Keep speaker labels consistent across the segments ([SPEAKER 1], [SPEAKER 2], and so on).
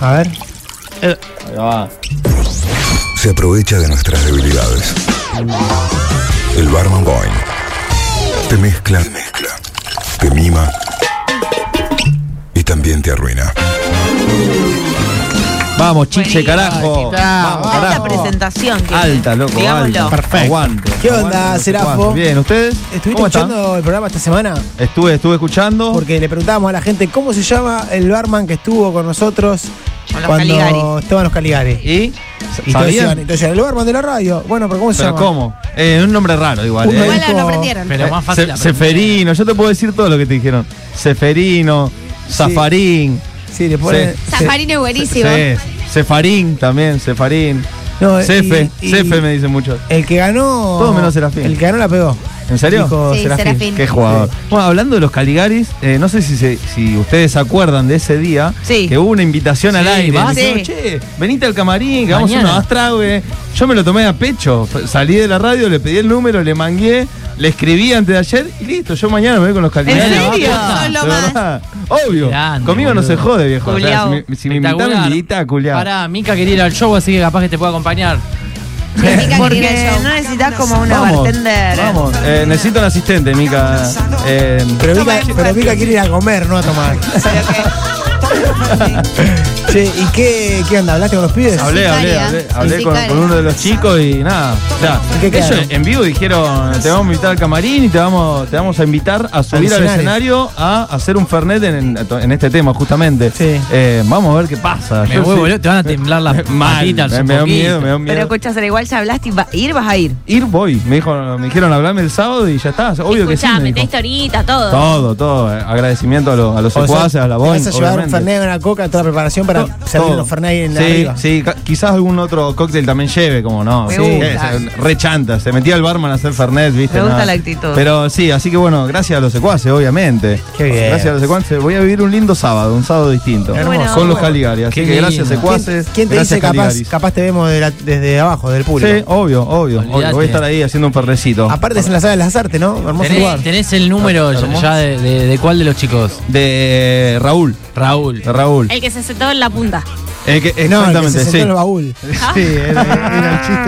[SPEAKER 1] A ver.
[SPEAKER 2] Ahí va.
[SPEAKER 3] Se aprovecha de nuestras debilidades. El Barman Boy te mezcla, te mezcla, te mima y también te arruina.
[SPEAKER 2] Vamos, chiche, carajo. Vamos,
[SPEAKER 4] Alta
[SPEAKER 2] carajo.
[SPEAKER 4] presentación. tiene.
[SPEAKER 2] Alta, loco.
[SPEAKER 4] Digámoslo.
[SPEAKER 2] Alta.
[SPEAKER 1] Perfecto.
[SPEAKER 2] Aguante.
[SPEAKER 1] ¿Qué onda,
[SPEAKER 2] Aguante, loco,
[SPEAKER 1] Serafo?
[SPEAKER 2] aguante. Bien, ¿ustedes?
[SPEAKER 1] ¿Estuviste
[SPEAKER 2] ¿Cómo Oh. están?
[SPEAKER 1] escuchando el programa esta semana?
[SPEAKER 2] Estuve, estuve escuchando.
[SPEAKER 1] Porque le preguntábamos a la gente cómo se llama el barman que estuvo con nosotros
[SPEAKER 4] Con los
[SPEAKER 1] cuando
[SPEAKER 4] Caligari.
[SPEAKER 1] estaban los Caligari.
[SPEAKER 2] ¿Y?
[SPEAKER 1] Y todos
[SPEAKER 2] ¿Sabían?
[SPEAKER 1] iban- entonces, el barman de la radio. Bueno, pero ¿cómo se
[SPEAKER 2] ¿Pero
[SPEAKER 1] llama?
[SPEAKER 2] cómo? Eh, un nombre raro igual,
[SPEAKER 1] Un
[SPEAKER 2] ¿eh?
[SPEAKER 1] nombre-
[SPEAKER 4] Igual
[SPEAKER 1] Dijo-
[SPEAKER 4] lo aprendieron.
[SPEAKER 5] Pero más fácil.
[SPEAKER 2] Se-
[SPEAKER 5] aprender.
[SPEAKER 2] Seferino, yo te puedo decir todo lo que te dijeron. Seferino, Zafarín.
[SPEAKER 1] Sí, le ponen.
[SPEAKER 2] Sí.
[SPEAKER 1] se-
[SPEAKER 6] Zafarino es buenísimo.
[SPEAKER 2] Se- Sefarín también, Sefarín.
[SPEAKER 1] no, y-
[SPEAKER 2] Cefe,
[SPEAKER 1] y-
[SPEAKER 2] Cefe me dicen muchos.
[SPEAKER 1] El que ganó.
[SPEAKER 2] Todo menos Serafín.
[SPEAKER 1] El que ganó la pegó.
[SPEAKER 2] ¿En serio?
[SPEAKER 1] Dijo
[SPEAKER 6] Sí,
[SPEAKER 1] Serafín.
[SPEAKER 6] Serafín.
[SPEAKER 2] Qué jugador. Bueno, hablando de los Caligaris, eh, no sé si, se- si ustedes se acuerdan de ese día
[SPEAKER 4] Sí.
[SPEAKER 2] que hubo una invitación al
[SPEAKER 5] Sí,
[SPEAKER 2] aire.
[SPEAKER 5] vas.
[SPEAKER 2] Dijeron,
[SPEAKER 4] Sí.
[SPEAKER 2] che, venite al camarín, que vamos a
[SPEAKER 5] Mañana.
[SPEAKER 2] unos astragües. Yo me lo tomé a pecho. F- Salí de la radio, le pedí el número, le mangué, le escribí antes de ayer y listo. Yo mañana me voy con los Caligaris.
[SPEAKER 4] serio?
[SPEAKER 2] De
[SPEAKER 4] Solo
[SPEAKER 2] verdad. Obvio.
[SPEAKER 5] Grande,
[SPEAKER 2] Conmigo no se
[SPEAKER 5] boludo.
[SPEAKER 2] jode, viejo. O sea,
[SPEAKER 4] Culeado.
[SPEAKER 2] si me, si me invitaron,
[SPEAKER 5] Espectacular.
[SPEAKER 2] invita, culiao.
[SPEAKER 5] Pará, Mica quería ir al show, así que capaz que te pueda acompañar.
[SPEAKER 6] Significa que ir
[SPEAKER 4] Porque
[SPEAKER 6] al show.
[SPEAKER 4] no necesitas como una
[SPEAKER 2] Vamos,
[SPEAKER 4] bartender.
[SPEAKER 2] vamos. Eh, necesito un asistente, Mica. Eh,
[SPEAKER 1] Pero Mica, pero Mica quiere ir a comer, no a tomar. che, ¿y qué, qué onda? ¿Hablaste con los pibes?
[SPEAKER 2] Hablé, hablé,
[SPEAKER 6] Sicaria.
[SPEAKER 2] hablé, hablé
[SPEAKER 6] Sí,
[SPEAKER 2] con,
[SPEAKER 6] sicaria.
[SPEAKER 2] con uno de los chicos y nada. O sea,
[SPEAKER 1] ¿Y qué quedaron?
[SPEAKER 2] ellos en vivo dijeron, te vamos a invitar al camarín y te vamos, te vamos a invitar a subir al
[SPEAKER 1] escenario.
[SPEAKER 2] escenario a hacer un Fernet en, en este tema, justamente.
[SPEAKER 1] Sí.
[SPEAKER 2] Eh, vamos a ver qué pasa.
[SPEAKER 5] Me
[SPEAKER 2] Yo
[SPEAKER 5] voy,
[SPEAKER 2] sí-
[SPEAKER 5] boludo, te van a temblar las
[SPEAKER 2] Mal,
[SPEAKER 5] patitas.
[SPEAKER 2] me,
[SPEAKER 5] un
[SPEAKER 2] me da
[SPEAKER 5] poquito.
[SPEAKER 2] miedo, me da
[SPEAKER 4] Pero
[SPEAKER 2] miedo.
[SPEAKER 4] escuchás, ahora igual ya hablaste, va- ir vas a ir.
[SPEAKER 2] Ir voy, me dijo, me dijeron hablame el sábado y ya está, obvio que sí.
[SPEAKER 6] Escuchá,
[SPEAKER 2] me
[SPEAKER 6] meté
[SPEAKER 2] dijo.
[SPEAKER 6] historita, todo.
[SPEAKER 2] Todo, todo. eh, Agradecimiento a, los- a los
[SPEAKER 1] O sea,
[SPEAKER 2] secuaces, a la voz.
[SPEAKER 1] ¿Vas a llevar un Fernet, una coca, toda preparación para servir los Fernet ahí en la
[SPEAKER 2] sí,
[SPEAKER 1] arriba?
[SPEAKER 2] Sí, ca- quizás algún otro cóctel también lleve, como no.
[SPEAKER 4] Me
[SPEAKER 2] Sí,
[SPEAKER 4] gusta.
[SPEAKER 2] es, eh, re chanta, se metía el barman a hacer Fernet, viste.
[SPEAKER 4] Me gusta
[SPEAKER 2] nada.
[SPEAKER 4] la actitud.
[SPEAKER 2] Pero sí, así que bueno, gracias a los secuaces, obviamente.
[SPEAKER 1] Qué bien.
[SPEAKER 2] Gracias a los secuaces. Voy a vivir un lindo sábado, un sábado distinto.
[SPEAKER 1] Qué hermoso.
[SPEAKER 2] Con los Caligari. Así
[SPEAKER 5] Qué
[SPEAKER 2] que
[SPEAKER 5] lindo.
[SPEAKER 2] gracias
[SPEAKER 1] ¿Quién,
[SPEAKER 2] secuaces.
[SPEAKER 1] quién te
[SPEAKER 2] gracias
[SPEAKER 1] dice capaz,
[SPEAKER 2] Caligaris.
[SPEAKER 1] capaz te vemos de la- desde abajo, del público?
[SPEAKER 2] Sí, obvio, obvio, obvio. Voy a
[SPEAKER 5] Olvídate.
[SPEAKER 2] estar ahí haciendo un Fernecito.
[SPEAKER 1] Aparte es en la sala de las artes, ¿no? Hermoso lugar.
[SPEAKER 5] ¿Tenés, tenés el número ya-
[SPEAKER 2] Hermoso.
[SPEAKER 5] ya de, de- de cuál de los chicos?
[SPEAKER 2] De Raúl.
[SPEAKER 5] Raúl.
[SPEAKER 2] De Raúl.
[SPEAKER 6] El que se sentó en la punta.
[SPEAKER 2] El que-
[SPEAKER 1] No, el que se
[SPEAKER 2] exactamente,
[SPEAKER 1] sentó
[SPEAKER 2] sí.
[SPEAKER 1] en el baúl.
[SPEAKER 2] Sí, era, era el chiste,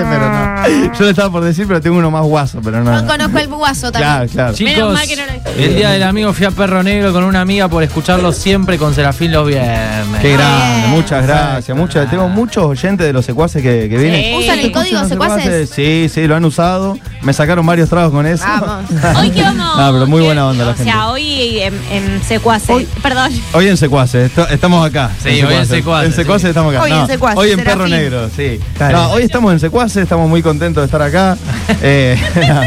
[SPEAKER 2] pero no. Yo lo estaba por decir, pero tengo uno más guaso, pero no.
[SPEAKER 6] No conozco el bugazo
[SPEAKER 2] Ah.
[SPEAKER 6] también.
[SPEAKER 2] Claro, claro.
[SPEAKER 6] Menos
[SPEAKER 5] Chicos,
[SPEAKER 6] mal que no lo escuché.
[SPEAKER 5] el día del amigo fui a Perro Negro con una amiga por escucharlo siempre con Serafín los viernes.
[SPEAKER 2] Qué grande,
[SPEAKER 6] bien.
[SPEAKER 2] muchas gracias. Muchas, tengo muchos oyentes de los secuaces que, que vienen.
[SPEAKER 6] ¿Usan el código
[SPEAKER 2] Escuchan los
[SPEAKER 6] secuaces?
[SPEAKER 2] Sí, sí, lo han usado. Me sacaron varios tragos con eso.
[SPEAKER 4] Vamos.
[SPEAKER 6] Hoy que vamos.
[SPEAKER 2] Ah, pero muy
[SPEAKER 6] que-
[SPEAKER 2] buena onda la
[SPEAKER 6] O sea,
[SPEAKER 2] gente.
[SPEAKER 6] hoy en, en secuaces. Perdón.
[SPEAKER 2] Hoy en secuaces, esto- estamos acá.
[SPEAKER 5] Sí, hoy en Secuaces,
[SPEAKER 2] En secuaces
[SPEAKER 5] sí.
[SPEAKER 2] estamos acá.
[SPEAKER 4] Hoy en
[SPEAKER 2] No,
[SPEAKER 4] Secuaces,
[SPEAKER 2] Hoy en
[SPEAKER 4] Serafín.
[SPEAKER 2] Perro Negro, sí.
[SPEAKER 1] Dale.
[SPEAKER 2] No, hoy estamos en secuaces, estamos muy contentos de estar acá. Eh,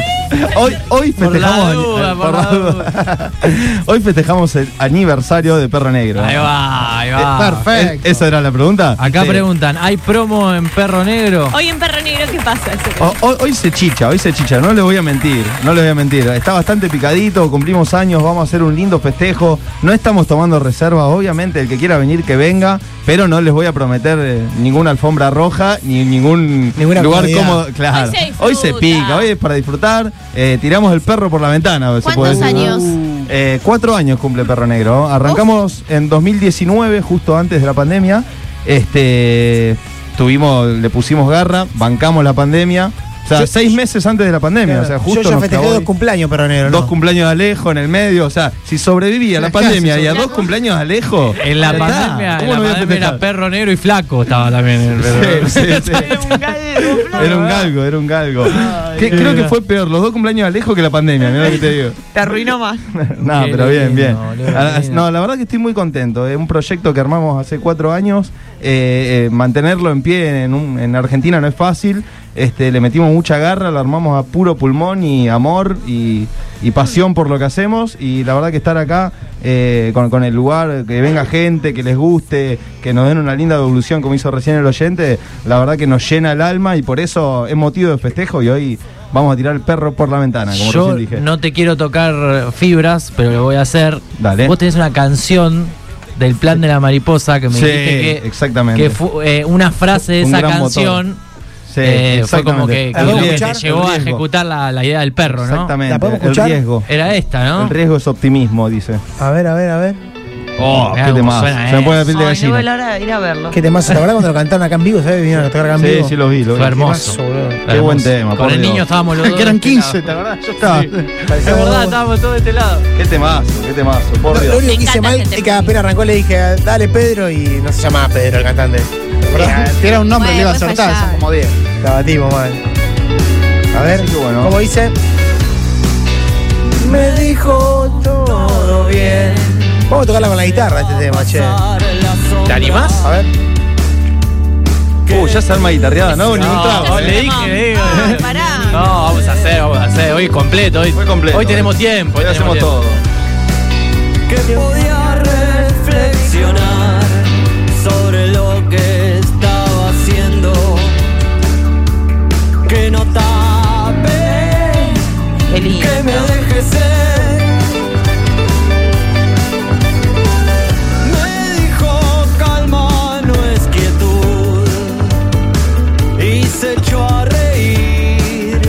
[SPEAKER 2] hoy, hoy
[SPEAKER 5] Por la
[SPEAKER 2] festejamos.
[SPEAKER 5] duda, por la duda.
[SPEAKER 2] hoy festejamos el aniversario de Perro Negro.
[SPEAKER 5] Ahí va, ahí va.
[SPEAKER 2] Eh, perfecto. ¿Esa era la pregunta?
[SPEAKER 5] Acá
[SPEAKER 2] Sí.
[SPEAKER 5] preguntan, ¿hay promo en Perro Negro?
[SPEAKER 6] Hoy en Perro Negro, ¿qué pasa?
[SPEAKER 2] O- Hoy, Oh, hoy se chicha, hoy se chicha, no les voy a mentir, no les voy a mentir. Está bastante picadito, cumplimos años, vamos a hacer un lindo festejo. No estamos tomando reserva, obviamente el que quiera venir que venga, pero no les voy a prometer eh, ninguna alfombra roja ni ningún
[SPEAKER 1] Ninguna
[SPEAKER 2] lugar
[SPEAKER 1] comodidad.
[SPEAKER 2] cómodo. Claro,
[SPEAKER 6] Hoy se
[SPEAKER 2] hoy se
[SPEAKER 6] disfruta.
[SPEAKER 2] pica, hoy es para disfrutar. eh, tiramos el perro por la ventana. se puede
[SPEAKER 6] ¿Cuántos
[SPEAKER 2] decir, ¿no?
[SPEAKER 6] años?
[SPEAKER 2] Eh, cuatro años cumple Perro Negro. Arrancamos en 2019, justo antes de la pandemia. Este, tuvimos, le pusimos garra, bancamos la pandemia. O sea,
[SPEAKER 1] Yo-
[SPEAKER 2] seis meses antes de la pandemia. O sea, justo
[SPEAKER 1] Yo ya
[SPEAKER 2] nos
[SPEAKER 1] festejé
[SPEAKER 2] clavó
[SPEAKER 1] dos
[SPEAKER 2] el-
[SPEAKER 1] cumpleaños, pero negro.
[SPEAKER 2] dos
[SPEAKER 1] ¿no?
[SPEAKER 2] cumpleaños de Alejo en el medio. O sea, si sobreviví a la pandemia y a dos cumpleaños de Alejo.
[SPEAKER 5] En la
[SPEAKER 2] ya está.
[SPEAKER 5] pandemia, en
[SPEAKER 2] ¿Cómo
[SPEAKER 5] la
[SPEAKER 2] no voy a
[SPEAKER 5] pandemia era
[SPEAKER 2] festejar?
[SPEAKER 5] Perro Negro y flaco estaba también. el Perro Negro.
[SPEAKER 2] Sí, sí, sí. Era un galgo, era un galgo. Que- creo que fue peor, los dos cumpleaños de Alejo que la pandemia, mirá lo que te digo.
[SPEAKER 4] Te arruinó más.
[SPEAKER 2] No,
[SPEAKER 5] Qué
[SPEAKER 2] pero bien,
[SPEAKER 5] lindo,
[SPEAKER 2] bien.
[SPEAKER 5] boludo,
[SPEAKER 2] Ah,
[SPEAKER 5] qué lindo.
[SPEAKER 2] No, la verdad que estoy muy contento. Es un proyecto que armamos hace cuatro años. Eh, eh, mantenerlo en pie en, un- en Argentina no es fácil. Este, le metimos mucha garra, lo armamos a puro pulmón y amor y, y pasión por lo que hacemos. Y la verdad que estar acá eh, con, con el lugar, que venga gente, que les guste, que nos den una linda devolución como hizo recién el oyente, la verdad que nos llena el alma y por eso es motivo de festejo y hoy vamos a tirar el perro por la ventana, Ah, como
[SPEAKER 5] Yo
[SPEAKER 2] recién dije.
[SPEAKER 5] no te quiero tocar fibras, pero lo voy a hacer.
[SPEAKER 2] Dale.
[SPEAKER 5] Vos tenés una canción del plan de la mariposa que me
[SPEAKER 2] Sí,
[SPEAKER 5] dijiste que,
[SPEAKER 2] exactamente.
[SPEAKER 5] que fue eh, una frase de
[SPEAKER 2] Un
[SPEAKER 5] esa
[SPEAKER 2] gran motor.
[SPEAKER 5] canción
[SPEAKER 2] Sí,
[SPEAKER 5] eh, fue como que,
[SPEAKER 2] exactamente.
[SPEAKER 5] que
[SPEAKER 1] ¿La
[SPEAKER 2] El
[SPEAKER 5] lo que
[SPEAKER 1] podemos
[SPEAKER 5] te
[SPEAKER 2] riesgo,
[SPEAKER 1] escuchar?
[SPEAKER 5] llevó
[SPEAKER 2] el
[SPEAKER 5] a
[SPEAKER 2] riesgo.
[SPEAKER 5] ejecutar la, la idea del perro, ¿no?
[SPEAKER 2] Exactamente.
[SPEAKER 1] ¿La podemos
[SPEAKER 2] el
[SPEAKER 1] escuchar?
[SPEAKER 2] riesgo.
[SPEAKER 5] Era esta, ¿no?
[SPEAKER 2] El riesgo es optimismo, dice.
[SPEAKER 1] A ver, a ver, a ver.
[SPEAKER 2] Oh,
[SPEAKER 5] Mirá
[SPEAKER 2] qué
[SPEAKER 5] cómo
[SPEAKER 2] temazo.
[SPEAKER 5] suena,
[SPEAKER 2] Se me
[SPEAKER 5] eh.
[SPEAKER 2] pone la piel de
[SPEAKER 4] Ay, no veo
[SPEAKER 2] gallina.
[SPEAKER 4] la hora de ir a verlo.
[SPEAKER 7] Qué temazo, la verdad cuando lo cantaron acá en vivo, ¿sabes? Vinieron a tocar acá en
[SPEAKER 2] Sí,
[SPEAKER 7] vivo.
[SPEAKER 2] sí, lo vi. Lo vi.
[SPEAKER 5] Fue hermoso.
[SPEAKER 7] Temazo, boludo.
[SPEAKER 2] Qué buen tema.
[SPEAKER 5] Con
[SPEAKER 2] por
[SPEAKER 5] el
[SPEAKER 2] Dios.
[SPEAKER 5] niño estábamos los dos.
[SPEAKER 2] Que
[SPEAKER 5] de
[SPEAKER 2] eran
[SPEAKER 5] este
[SPEAKER 2] 15, ¿te
[SPEAKER 5] lado.
[SPEAKER 2] acordás? Yo estaba.
[SPEAKER 5] Es verdad,
[SPEAKER 7] Ah,
[SPEAKER 5] estábamos todos de este lado.
[SPEAKER 2] Qué temazo, qué temazo. Por
[SPEAKER 7] Lo, lo
[SPEAKER 2] Dios.
[SPEAKER 7] único que
[SPEAKER 8] encanta
[SPEAKER 7] hice mal
[SPEAKER 8] que te
[SPEAKER 7] es que apenas arrancó le dije, dale Pedro, y no se llamaba Pedro el cantante.
[SPEAKER 1] Era- Si era un nombre,
[SPEAKER 8] Bueno,
[SPEAKER 1] le iba a
[SPEAKER 8] puede
[SPEAKER 1] acertar,
[SPEAKER 8] fallar.
[SPEAKER 1] son como 10.
[SPEAKER 7] Estaba tipo mal. A ver,
[SPEAKER 2] Así que bueno.
[SPEAKER 7] ¿cómo dice? Me dijo todo bien. Vamos a tocarla con la guitarra este tema, che. A
[SPEAKER 5] ¿Te animás?
[SPEAKER 7] ver.
[SPEAKER 2] Uh, ya se arma guitarreada, no, ningún trago.
[SPEAKER 5] No,
[SPEAKER 2] eh.
[SPEAKER 5] le dije, le digo.
[SPEAKER 8] Ay, Ah, pará.
[SPEAKER 5] No, vamos a hacer, vamos a hacer. Hoy es completo, hoy,
[SPEAKER 2] Fue Ah. completo.
[SPEAKER 5] hoy tenemos tiempo.
[SPEAKER 2] Hoy
[SPEAKER 5] tenemos
[SPEAKER 2] hacemos
[SPEAKER 5] tiempo.
[SPEAKER 2] todo.
[SPEAKER 9] sobre lo que estaba haciendo. Que no tape,
[SPEAKER 4] Qué lindo.
[SPEAKER 9] que me deje ser. Me dijo calma, no es quietud. Y se echó a reír,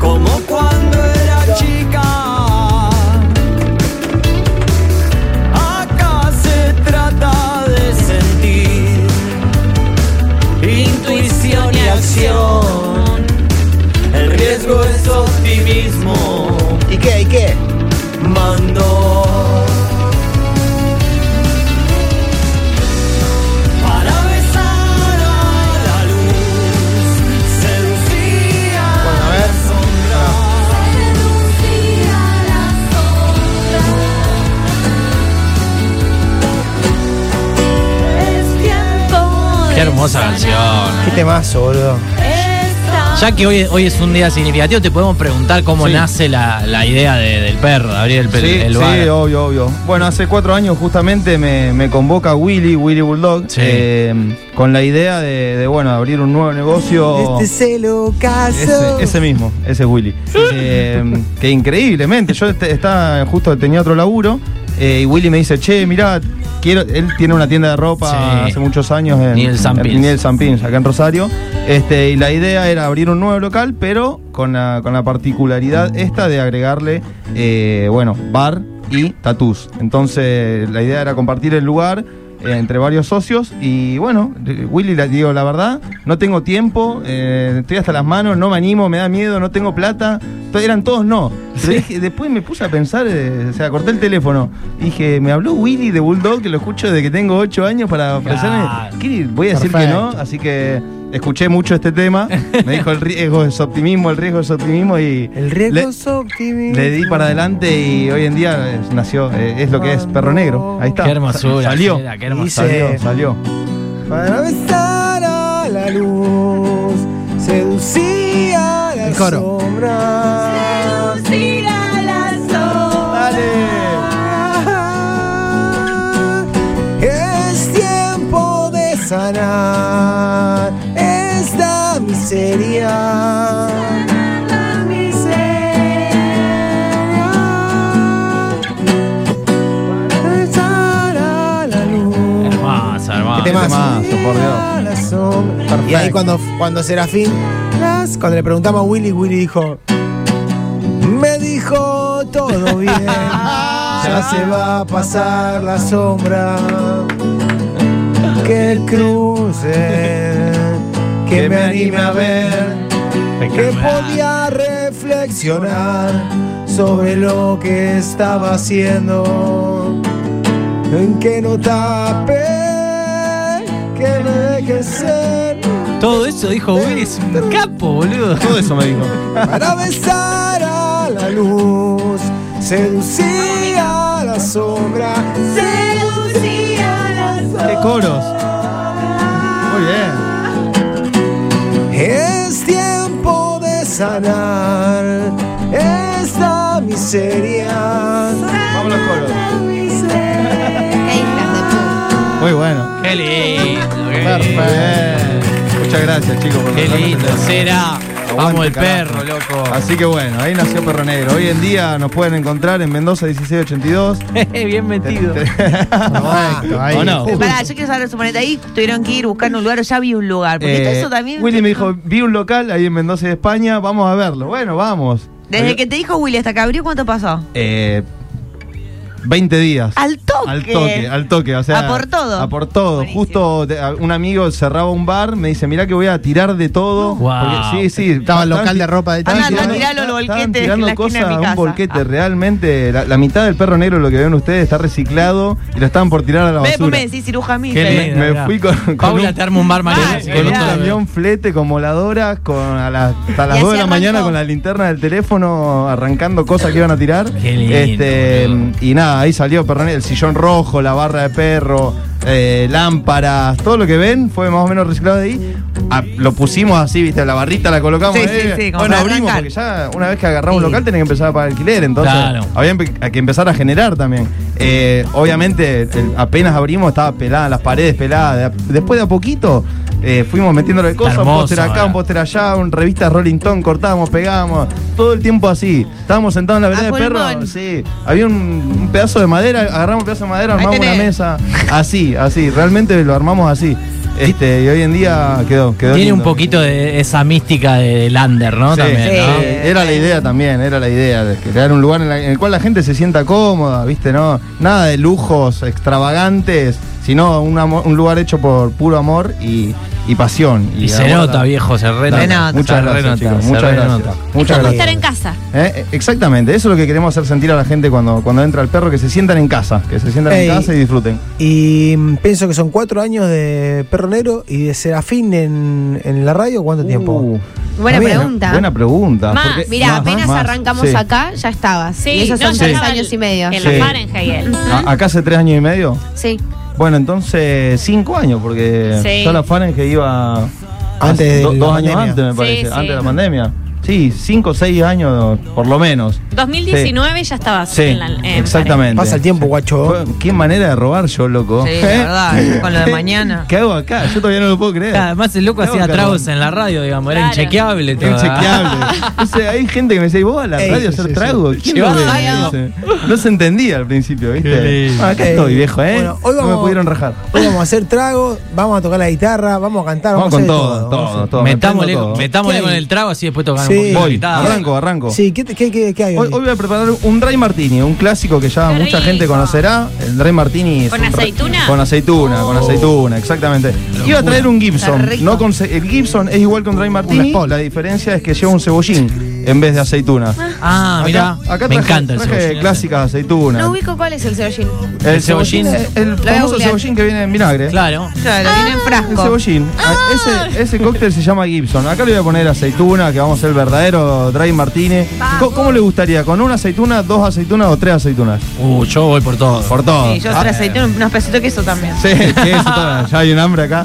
[SPEAKER 9] como cuando era chica. Acá se trata de sentir intuición y acción. El riesgo es optimismo.
[SPEAKER 7] ¿Y qué? ¿Y qué?
[SPEAKER 9] Mando para besar a la luz. Seducía
[SPEAKER 7] Bueno, a ver.
[SPEAKER 5] Qué hermosa canción.
[SPEAKER 7] Qué temazo, boludo.
[SPEAKER 5] Ya que hoy, hoy es un día significativo, te podemos preguntar cómo
[SPEAKER 2] Sí.
[SPEAKER 5] nace la, la idea de- del perro, de abrir el, pe-
[SPEAKER 2] Sí,
[SPEAKER 5] el
[SPEAKER 2] sí,
[SPEAKER 5] bar.
[SPEAKER 2] obvio, obvio. Bueno, hace cuatro años justamente me, me convoca Willy, Willy Bulldog,
[SPEAKER 5] Sí.
[SPEAKER 2] eh, con la idea de, de, bueno, abrir un nuevo negocio.
[SPEAKER 7] Este es el ocaso.
[SPEAKER 2] Ese, ese mismo, ese es Willy. Eh, que increíblemente, yo este- estaba justo tenía otro laburo eh, y Willy me dice, che, mirá, quiero, él tiene una tienda de ropa
[SPEAKER 5] Sí.
[SPEAKER 2] hace muchos años en
[SPEAKER 5] Neil Zampins.
[SPEAKER 2] en Neil Zampins, acá en Rosario. Este, y la idea era abrir un nuevo local, pero con la, con la particularidad esta de agregarle, eh, bueno, bar y tatús. Entonces la idea era compartir el lugar eh, entre varios socios y bueno, eh, Willy, la, digo la verdad, no tengo tiempo, eh, estoy hasta las manos, no me animo, me da miedo, no tengo plata. To- Eran todos no. Pero dije- después me puse a pensar, eh, o sea, corté el teléfono. Dije, me habló Willy de Bulldog, que lo escucho desde que tengo 8 años para ofrecerme.
[SPEAKER 5] Claro.
[SPEAKER 2] ¿Qué? Voy a decir que no, así que escuché mucho este tema. Me dijo el riesgo es optimismo, el riesgo es optimismo y.
[SPEAKER 7] El riesgo
[SPEAKER 2] le-
[SPEAKER 7] es optimista.
[SPEAKER 2] le di para adelante y hoy en día eh, nació, eh, es lo que es Perro Negro. Ahí está.
[SPEAKER 5] Qué hermosura.
[SPEAKER 2] Salió.
[SPEAKER 5] Cera, qué hermosura.
[SPEAKER 2] Salió, salió.
[SPEAKER 7] Para besar a la luz, seducía a la
[SPEAKER 1] El coro.
[SPEAKER 7] sombra.
[SPEAKER 2] Dale.
[SPEAKER 7] Es tiempo de sanar esta miseria. Para besar a la luz.
[SPEAKER 5] Hermosa, hermosa.
[SPEAKER 7] Qué temazo.
[SPEAKER 2] Temazo, por Dios.
[SPEAKER 7] La sombra. Y ahí
[SPEAKER 2] Perfecto.
[SPEAKER 7] cuando, cuando Serafín, las- cuando le preguntamos a Willy, Willy dijo, me dijo todo bien, ya se va a pasar la sombra, que cruce, que me anime a ver, que podía reflexionar sobre lo que estaba haciendo, en que no tape, que me deje ser.
[SPEAKER 5] Todo eso dijo Willy, es un capo, boludo.
[SPEAKER 2] Todo eso me dijo.
[SPEAKER 7] Para besar a la luz, seducir a la sombra.
[SPEAKER 2] Qué coros. Muy bien.
[SPEAKER 7] Es tiempo de sanar esta miseria.
[SPEAKER 2] Vamos los coros.
[SPEAKER 8] Qué hijas de puta.
[SPEAKER 2] Muy bueno.
[SPEAKER 5] Qué lindo, qué
[SPEAKER 2] Muy
[SPEAKER 5] lindo.
[SPEAKER 2] bien. Muchas gracias, chicos, por
[SPEAKER 5] Qué
[SPEAKER 2] mandarnos
[SPEAKER 5] lindo,
[SPEAKER 2] este tema.
[SPEAKER 5] será. Vamos el
[SPEAKER 2] carajo.
[SPEAKER 5] perro, loco.
[SPEAKER 2] Así que bueno, ahí nació Perro Negro. Hoy en día nos pueden encontrar en Mendoza 1682.
[SPEAKER 5] Bien metido.
[SPEAKER 1] Perfecto, ahí.
[SPEAKER 2] ¿O no?
[SPEAKER 4] Pero pará, yo quiero saber, suponete, ahí tuvieron que ir buscando un lugar o ya había un lugar. Porque
[SPEAKER 2] Eh,
[SPEAKER 4] eso también.
[SPEAKER 2] Willy me dijo, vi un local ahí en Mendoza de España, vamos a verlo. Bueno, vamos.
[SPEAKER 4] Desde que te dijo Willy hasta que abrió, ¿cuánto pasó?
[SPEAKER 2] Eh, 20 días.
[SPEAKER 4] Al toque.
[SPEAKER 2] Al toque, al toque. O sea,
[SPEAKER 4] A por todo.
[SPEAKER 2] A por todo.
[SPEAKER 4] Buenísimo.
[SPEAKER 2] Justo de- a- un amigo cerraba un bar, me dice, mirá que voy a tirar de todo.
[SPEAKER 5] Wow.
[SPEAKER 2] Porque- sí, sí.
[SPEAKER 1] Estaba el
[SPEAKER 2] estaban
[SPEAKER 1] local
[SPEAKER 2] ti-
[SPEAKER 1] de ropa de
[SPEAKER 2] estaban
[SPEAKER 4] Anda, anda,
[SPEAKER 2] tirando-
[SPEAKER 4] tiralo al
[SPEAKER 2] estaban
[SPEAKER 4] volquete
[SPEAKER 2] tirando
[SPEAKER 4] en la esquina de
[SPEAKER 2] cosas,
[SPEAKER 4] mi casa. Ah.
[SPEAKER 2] Un volquete, realmente. La, la mitad del perro negro, lo que ven ustedes, está reciclado y lo estaban por tirar a
[SPEAKER 4] Ve,
[SPEAKER 2] la
[SPEAKER 4] vos
[SPEAKER 2] basura.
[SPEAKER 4] me decís ciruja mil.
[SPEAKER 5] Qué
[SPEAKER 2] Me-
[SPEAKER 5] lindo,
[SPEAKER 2] me
[SPEAKER 5] mirá.
[SPEAKER 2] fui con- con
[SPEAKER 5] Paula
[SPEAKER 2] un- Ah,
[SPEAKER 5] te arma un bar
[SPEAKER 4] Mal,
[SPEAKER 5] mariano.
[SPEAKER 2] Con un
[SPEAKER 4] Claro.
[SPEAKER 2] camión flete con voladoras, con a las- hasta las
[SPEAKER 4] así
[SPEAKER 2] 2 de la mañana
[SPEAKER 4] arrancó.
[SPEAKER 2] con la linterna del teléfono arrancando cosas que iban a tirar.
[SPEAKER 5] Qué lindo,
[SPEAKER 2] este,
[SPEAKER 5] boludo.
[SPEAKER 2] y nada, ahí salió Perrone- el sillón rojo, la barra de perro, eh, lámparas, todo lo que ven fue más o menos reciclado de ahí. Ah, lo pusimos así, viste, la barrita la colocamos.
[SPEAKER 4] Sí,
[SPEAKER 2] eh,
[SPEAKER 4] sí, sí, como
[SPEAKER 2] bueno,
[SPEAKER 4] para
[SPEAKER 2] abrimos
[SPEAKER 4] arrancar.
[SPEAKER 2] porque ya una vez que agarramos un
[SPEAKER 4] Sí.
[SPEAKER 2] local tenés que empezar a pagar alquiler, entonces
[SPEAKER 5] Claro.
[SPEAKER 2] había empe- que empezar a generar también. Eh, obviamente, el- apenas abrimos, estaba pelada, las paredes peladas. De a- después de a poquito, eh, fuimos metiéndole cosas, un
[SPEAKER 5] hermoso,
[SPEAKER 2] póster acá,
[SPEAKER 5] ahora.
[SPEAKER 2] un póster allá, un revista Rolling Stone, cortábamos, pegábamos, todo el tiempo así. Estábamos sentados en la vereda
[SPEAKER 4] A
[SPEAKER 2] de perro,
[SPEAKER 4] pulmón.
[SPEAKER 2] sí. Había un, un pedazo de madera, agarramos un pedazo de madera,
[SPEAKER 4] Ahí
[SPEAKER 2] armamos una
[SPEAKER 4] tenés.
[SPEAKER 2] mesa. Así, así, realmente lo armamos así. Este, y hoy en día quedó, quedó.
[SPEAKER 5] Tiene un
[SPEAKER 2] lindo.
[SPEAKER 5] poquito de esa mística de Lander, ¿no?
[SPEAKER 2] Sí,
[SPEAKER 5] También,
[SPEAKER 2] sí,
[SPEAKER 5] ¿no?
[SPEAKER 2] Era la idea también, era la idea de crear un lugar en, la- en el cual la gente se sienta cómoda, ¿viste? No, nada de lujos extravagantes, sino un, amo- un lugar hecho por puro amor y, y pasión.
[SPEAKER 5] Y se
[SPEAKER 2] amor
[SPEAKER 5] nota,
[SPEAKER 2] a-
[SPEAKER 5] viejo, se renota.
[SPEAKER 4] Se nota,
[SPEAKER 2] Muchas gracias, chicos, muchas gracias.
[SPEAKER 8] Es
[SPEAKER 2] Muchas
[SPEAKER 8] como
[SPEAKER 2] gracias.
[SPEAKER 8] estar en casa.
[SPEAKER 2] Eh, Exactamente, eso es lo que queremos hacer sentir a la gente cuando, cuando entra el perro, que se sientan en casa, que se sientan
[SPEAKER 7] Ey.
[SPEAKER 2] en casa y disfruten.
[SPEAKER 7] Y mm, pienso que son cuatro años de Perro Negro y de Serafín en, en la radio, ¿cuánto tiempo?
[SPEAKER 2] Uh,
[SPEAKER 8] Buena
[SPEAKER 7] Bien,
[SPEAKER 8] pregunta.
[SPEAKER 2] Buena pregunta.
[SPEAKER 6] Más,
[SPEAKER 2] porque-
[SPEAKER 8] Mirá,
[SPEAKER 2] más,
[SPEAKER 8] apenas
[SPEAKER 2] más,
[SPEAKER 8] arrancamos
[SPEAKER 2] sí.
[SPEAKER 8] acá, ya estaba.
[SPEAKER 6] Sí,
[SPEAKER 8] y esos
[SPEAKER 6] no,
[SPEAKER 8] son
[SPEAKER 6] ya
[SPEAKER 8] tres
[SPEAKER 6] estaba
[SPEAKER 8] años y medio.
[SPEAKER 6] En
[SPEAKER 2] Sí.
[SPEAKER 6] la Fahrenheit. él.
[SPEAKER 2] A- acá hace tres años y medio.
[SPEAKER 8] Sí.
[SPEAKER 2] Bueno, entonces cinco años, porque
[SPEAKER 6] Sí.
[SPEAKER 2] yo a la Fahrenheit iba
[SPEAKER 7] Antes
[SPEAKER 2] hace
[SPEAKER 7] de
[SPEAKER 2] do-
[SPEAKER 7] la
[SPEAKER 2] dos
[SPEAKER 7] pandemia.
[SPEAKER 2] años antes, me
[SPEAKER 6] Sí,
[SPEAKER 2] parece,
[SPEAKER 6] sí.
[SPEAKER 2] antes de la pandemia. Sí, cinco o seis años por lo menos.
[SPEAKER 6] 2019 ya estabas
[SPEAKER 2] Sí,
[SPEAKER 6] en la. en
[SPEAKER 2] exactamente.
[SPEAKER 7] Pasa el tiempo, guacho.
[SPEAKER 2] Fue- Qué manera de robar yo, loco. ¿Eh?
[SPEAKER 4] Sí, la verdad, yo con lo de mañana.
[SPEAKER 2] ¿Qué hago acá? Yo todavía no lo puedo creer.
[SPEAKER 5] Además, el loco
[SPEAKER 2] Tengo
[SPEAKER 5] hacía
[SPEAKER 2] que
[SPEAKER 5] tragos
[SPEAKER 2] romper.
[SPEAKER 5] en la radio, digamos. Era
[SPEAKER 6] Claro.
[SPEAKER 5] inchequeable todo.
[SPEAKER 2] Es chequeable. O sea, hay gente que me dice, "¿Y ¿vos a la
[SPEAKER 7] Ey,
[SPEAKER 2] radio
[SPEAKER 7] sí,
[SPEAKER 2] hacer
[SPEAKER 7] sí,
[SPEAKER 2] trago? ¿Quién lo
[SPEAKER 5] Llevás
[SPEAKER 2] ve?"
[SPEAKER 5] algo.
[SPEAKER 2] Dice. No se entendía al principio, ¿viste?
[SPEAKER 5] lindo.
[SPEAKER 2] Ah, acá
[SPEAKER 7] Ey.
[SPEAKER 2] estoy, viejo, ¿eh?
[SPEAKER 7] Bueno, hoy
[SPEAKER 2] no
[SPEAKER 7] vamos-
[SPEAKER 2] me pudieron rajar.
[SPEAKER 7] Hoy vamos a hacer tragos, vamos a tocar la guitarra, vamos a cantar,
[SPEAKER 2] Vamos
[SPEAKER 7] vamos,
[SPEAKER 2] con
[SPEAKER 7] a
[SPEAKER 2] todo,
[SPEAKER 7] hacer
[SPEAKER 2] todo, todo.
[SPEAKER 5] Metámosle,
[SPEAKER 2] Me prendo todo.
[SPEAKER 5] metámosle
[SPEAKER 7] ¿Qué
[SPEAKER 5] con
[SPEAKER 7] hay?
[SPEAKER 5] el trago, así después tocamos
[SPEAKER 7] Sí.
[SPEAKER 5] un poquito de
[SPEAKER 2] Voy,
[SPEAKER 5] guitarra.
[SPEAKER 2] arranco, arranco.
[SPEAKER 7] Sí, ¿qué, te- qué, qué- qué hay
[SPEAKER 2] Hoy,
[SPEAKER 7] hoy?
[SPEAKER 2] hoy voy a preparar un dry martini, un clásico que ya
[SPEAKER 6] Qué
[SPEAKER 2] mucha
[SPEAKER 6] rico.
[SPEAKER 2] gente conocerá. El dry martini. es
[SPEAKER 6] ¿Con
[SPEAKER 2] un re-
[SPEAKER 6] aceituna?
[SPEAKER 2] Con aceituna,
[SPEAKER 5] Oh.
[SPEAKER 2] con aceituna, exactamente. Iba a traer un Gibson.
[SPEAKER 4] Está rico.
[SPEAKER 2] No con ce- el Gibson es igual que un dry martini. La diferencia es que lleva un cebollín en vez de aceituna.
[SPEAKER 5] Ah,
[SPEAKER 2] Acá-
[SPEAKER 5] mirá.
[SPEAKER 2] acá
[SPEAKER 5] me
[SPEAKER 2] traje-
[SPEAKER 5] encanta el
[SPEAKER 2] traje
[SPEAKER 5] cebollín.
[SPEAKER 2] clásicas de aceituna.
[SPEAKER 8] No ubico cuál es el cebollín.
[SPEAKER 2] el cebollín,
[SPEAKER 5] cebollín.
[SPEAKER 2] es el
[SPEAKER 8] voy a
[SPEAKER 2] famoso
[SPEAKER 8] googlear.
[SPEAKER 2] cebollín que viene en vinagre.
[SPEAKER 5] Claro.
[SPEAKER 4] Claro, viene en
[SPEAKER 2] Ah. El
[SPEAKER 4] frasco.
[SPEAKER 2] cebollín. A- Ese, ese cóctel se llama Gibson. Acá le voy a poner aceituna, que vamos a ser el verdadero Dry Martínez. ¿Cómo, cómo le gustaría? ¿Con una aceituna, dos aceitunas o tres aceitunas?
[SPEAKER 5] Uh, yo voy por todo.
[SPEAKER 2] Por todo.
[SPEAKER 4] Sí, yo
[SPEAKER 2] Ah,
[SPEAKER 4] otra aceituna, unos pedacitos de queso también.
[SPEAKER 2] Sí, sí, eso está, ya hay un hambre acá.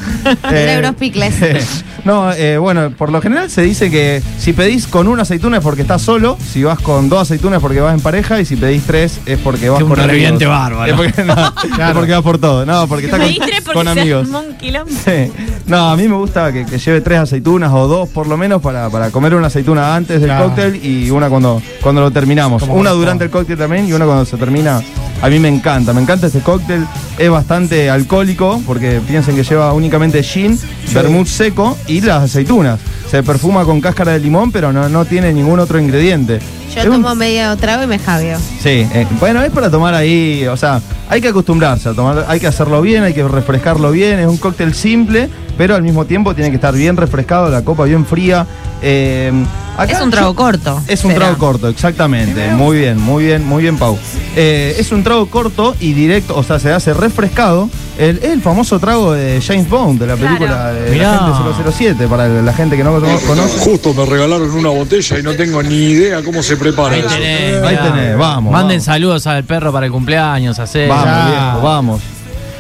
[SPEAKER 2] Eh,
[SPEAKER 8] euros picles.
[SPEAKER 2] no, eh, bueno, por lo general se dice que si pedís con una aceituna es porque estás solo, si vas con dos aceitunas es porque vas en pareja y si pedís tres es porque vas
[SPEAKER 5] Que un
[SPEAKER 2] con
[SPEAKER 5] reviente
[SPEAKER 2] amigos.
[SPEAKER 5] bárbaro.
[SPEAKER 2] Es porque, no, es porque vas por todo, no, porque está
[SPEAKER 6] Me distrae
[SPEAKER 2] con,
[SPEAKER 6] porque
[SPEAKER 2] con
[SPEAKER 6] se
[SPEAKER 2] amigos.
[SPEAKER 6] armó un quilombo.
[SPEAKER 2] Sí. No, a mí me gusta que, que lleve tres aceitunas o dos por lo menos para, para comer una aceituna antes del
[SPEAKER 1] Claro.
[SPEAKER 2] cóctel y una cuando, cuando lo terminamos.
[SPEAKER 7] Como
[SPEAKER 2] Una
[SPEAKER 7] corresponde.
[SPEAKER 2] durante el cóctel también y una cuando se termina. A mí me encanta, me encanta este cóctel. Es bastante alcohólico porque piensen que lleva únicamente gin, vermut seco y las aceitunas. Se perfuma con cáscara de limón pero no, no tiene ningún otro ingrediente.
[SPEAKER 8] Yo
[SPEAKER 2] Es un-
[SPEAKER 8] tomo medio trago y me jabio.
[SPEAKER 2] Sí, eh, bueno, es para tomar ahí, o sea, hay que acostumbrarse a tomar, hay que hacerlo bien, hay que refrescarlo bien, es un cóctel simple, pero al mismo tiempo tiene que estar bien refrescado, la copa bien fría. eh, acá
[SPEAKER 4] Es un trago
[SPEAKER 2] yo-
[SPEAKER 4] corto.
[SPEAKER 2] Es un
[SPEAKER 4] será.
[SPEAKER 2] trago corto, exactamente. Muy bien, muy bien, muy bien, Pau. Eh, es un trago corto y directo, o sea, se hace refrescado. El, el famoso trago de James Bond, de la película de
[SPEAKER 5] Mirá.
[SPEAKER 2] la gente 007, para la gente que no lo conoce.
[SPEAKER 10] Justo me regalaron una botella y no tengo ni idea cómo se prepara
[SPEAKER 5] Ahí
[SPEAKER 10] eso.
[SPEAKER 5] tenés.
[SPEAKER 2] Ahí
[SPEAKER 5] mirá.
[SPEAKER 2] tenés, vamos,
[SPEAKER 5] Manden
[SPEAKER 2] vamos.
[SPEAKER 5] saludos al perro para el cumpleaños, a César.
[SPEAKER 2] Vamos,
[SPEAKER 1] Ya.
[SPEAKER 2] viejo, vamos.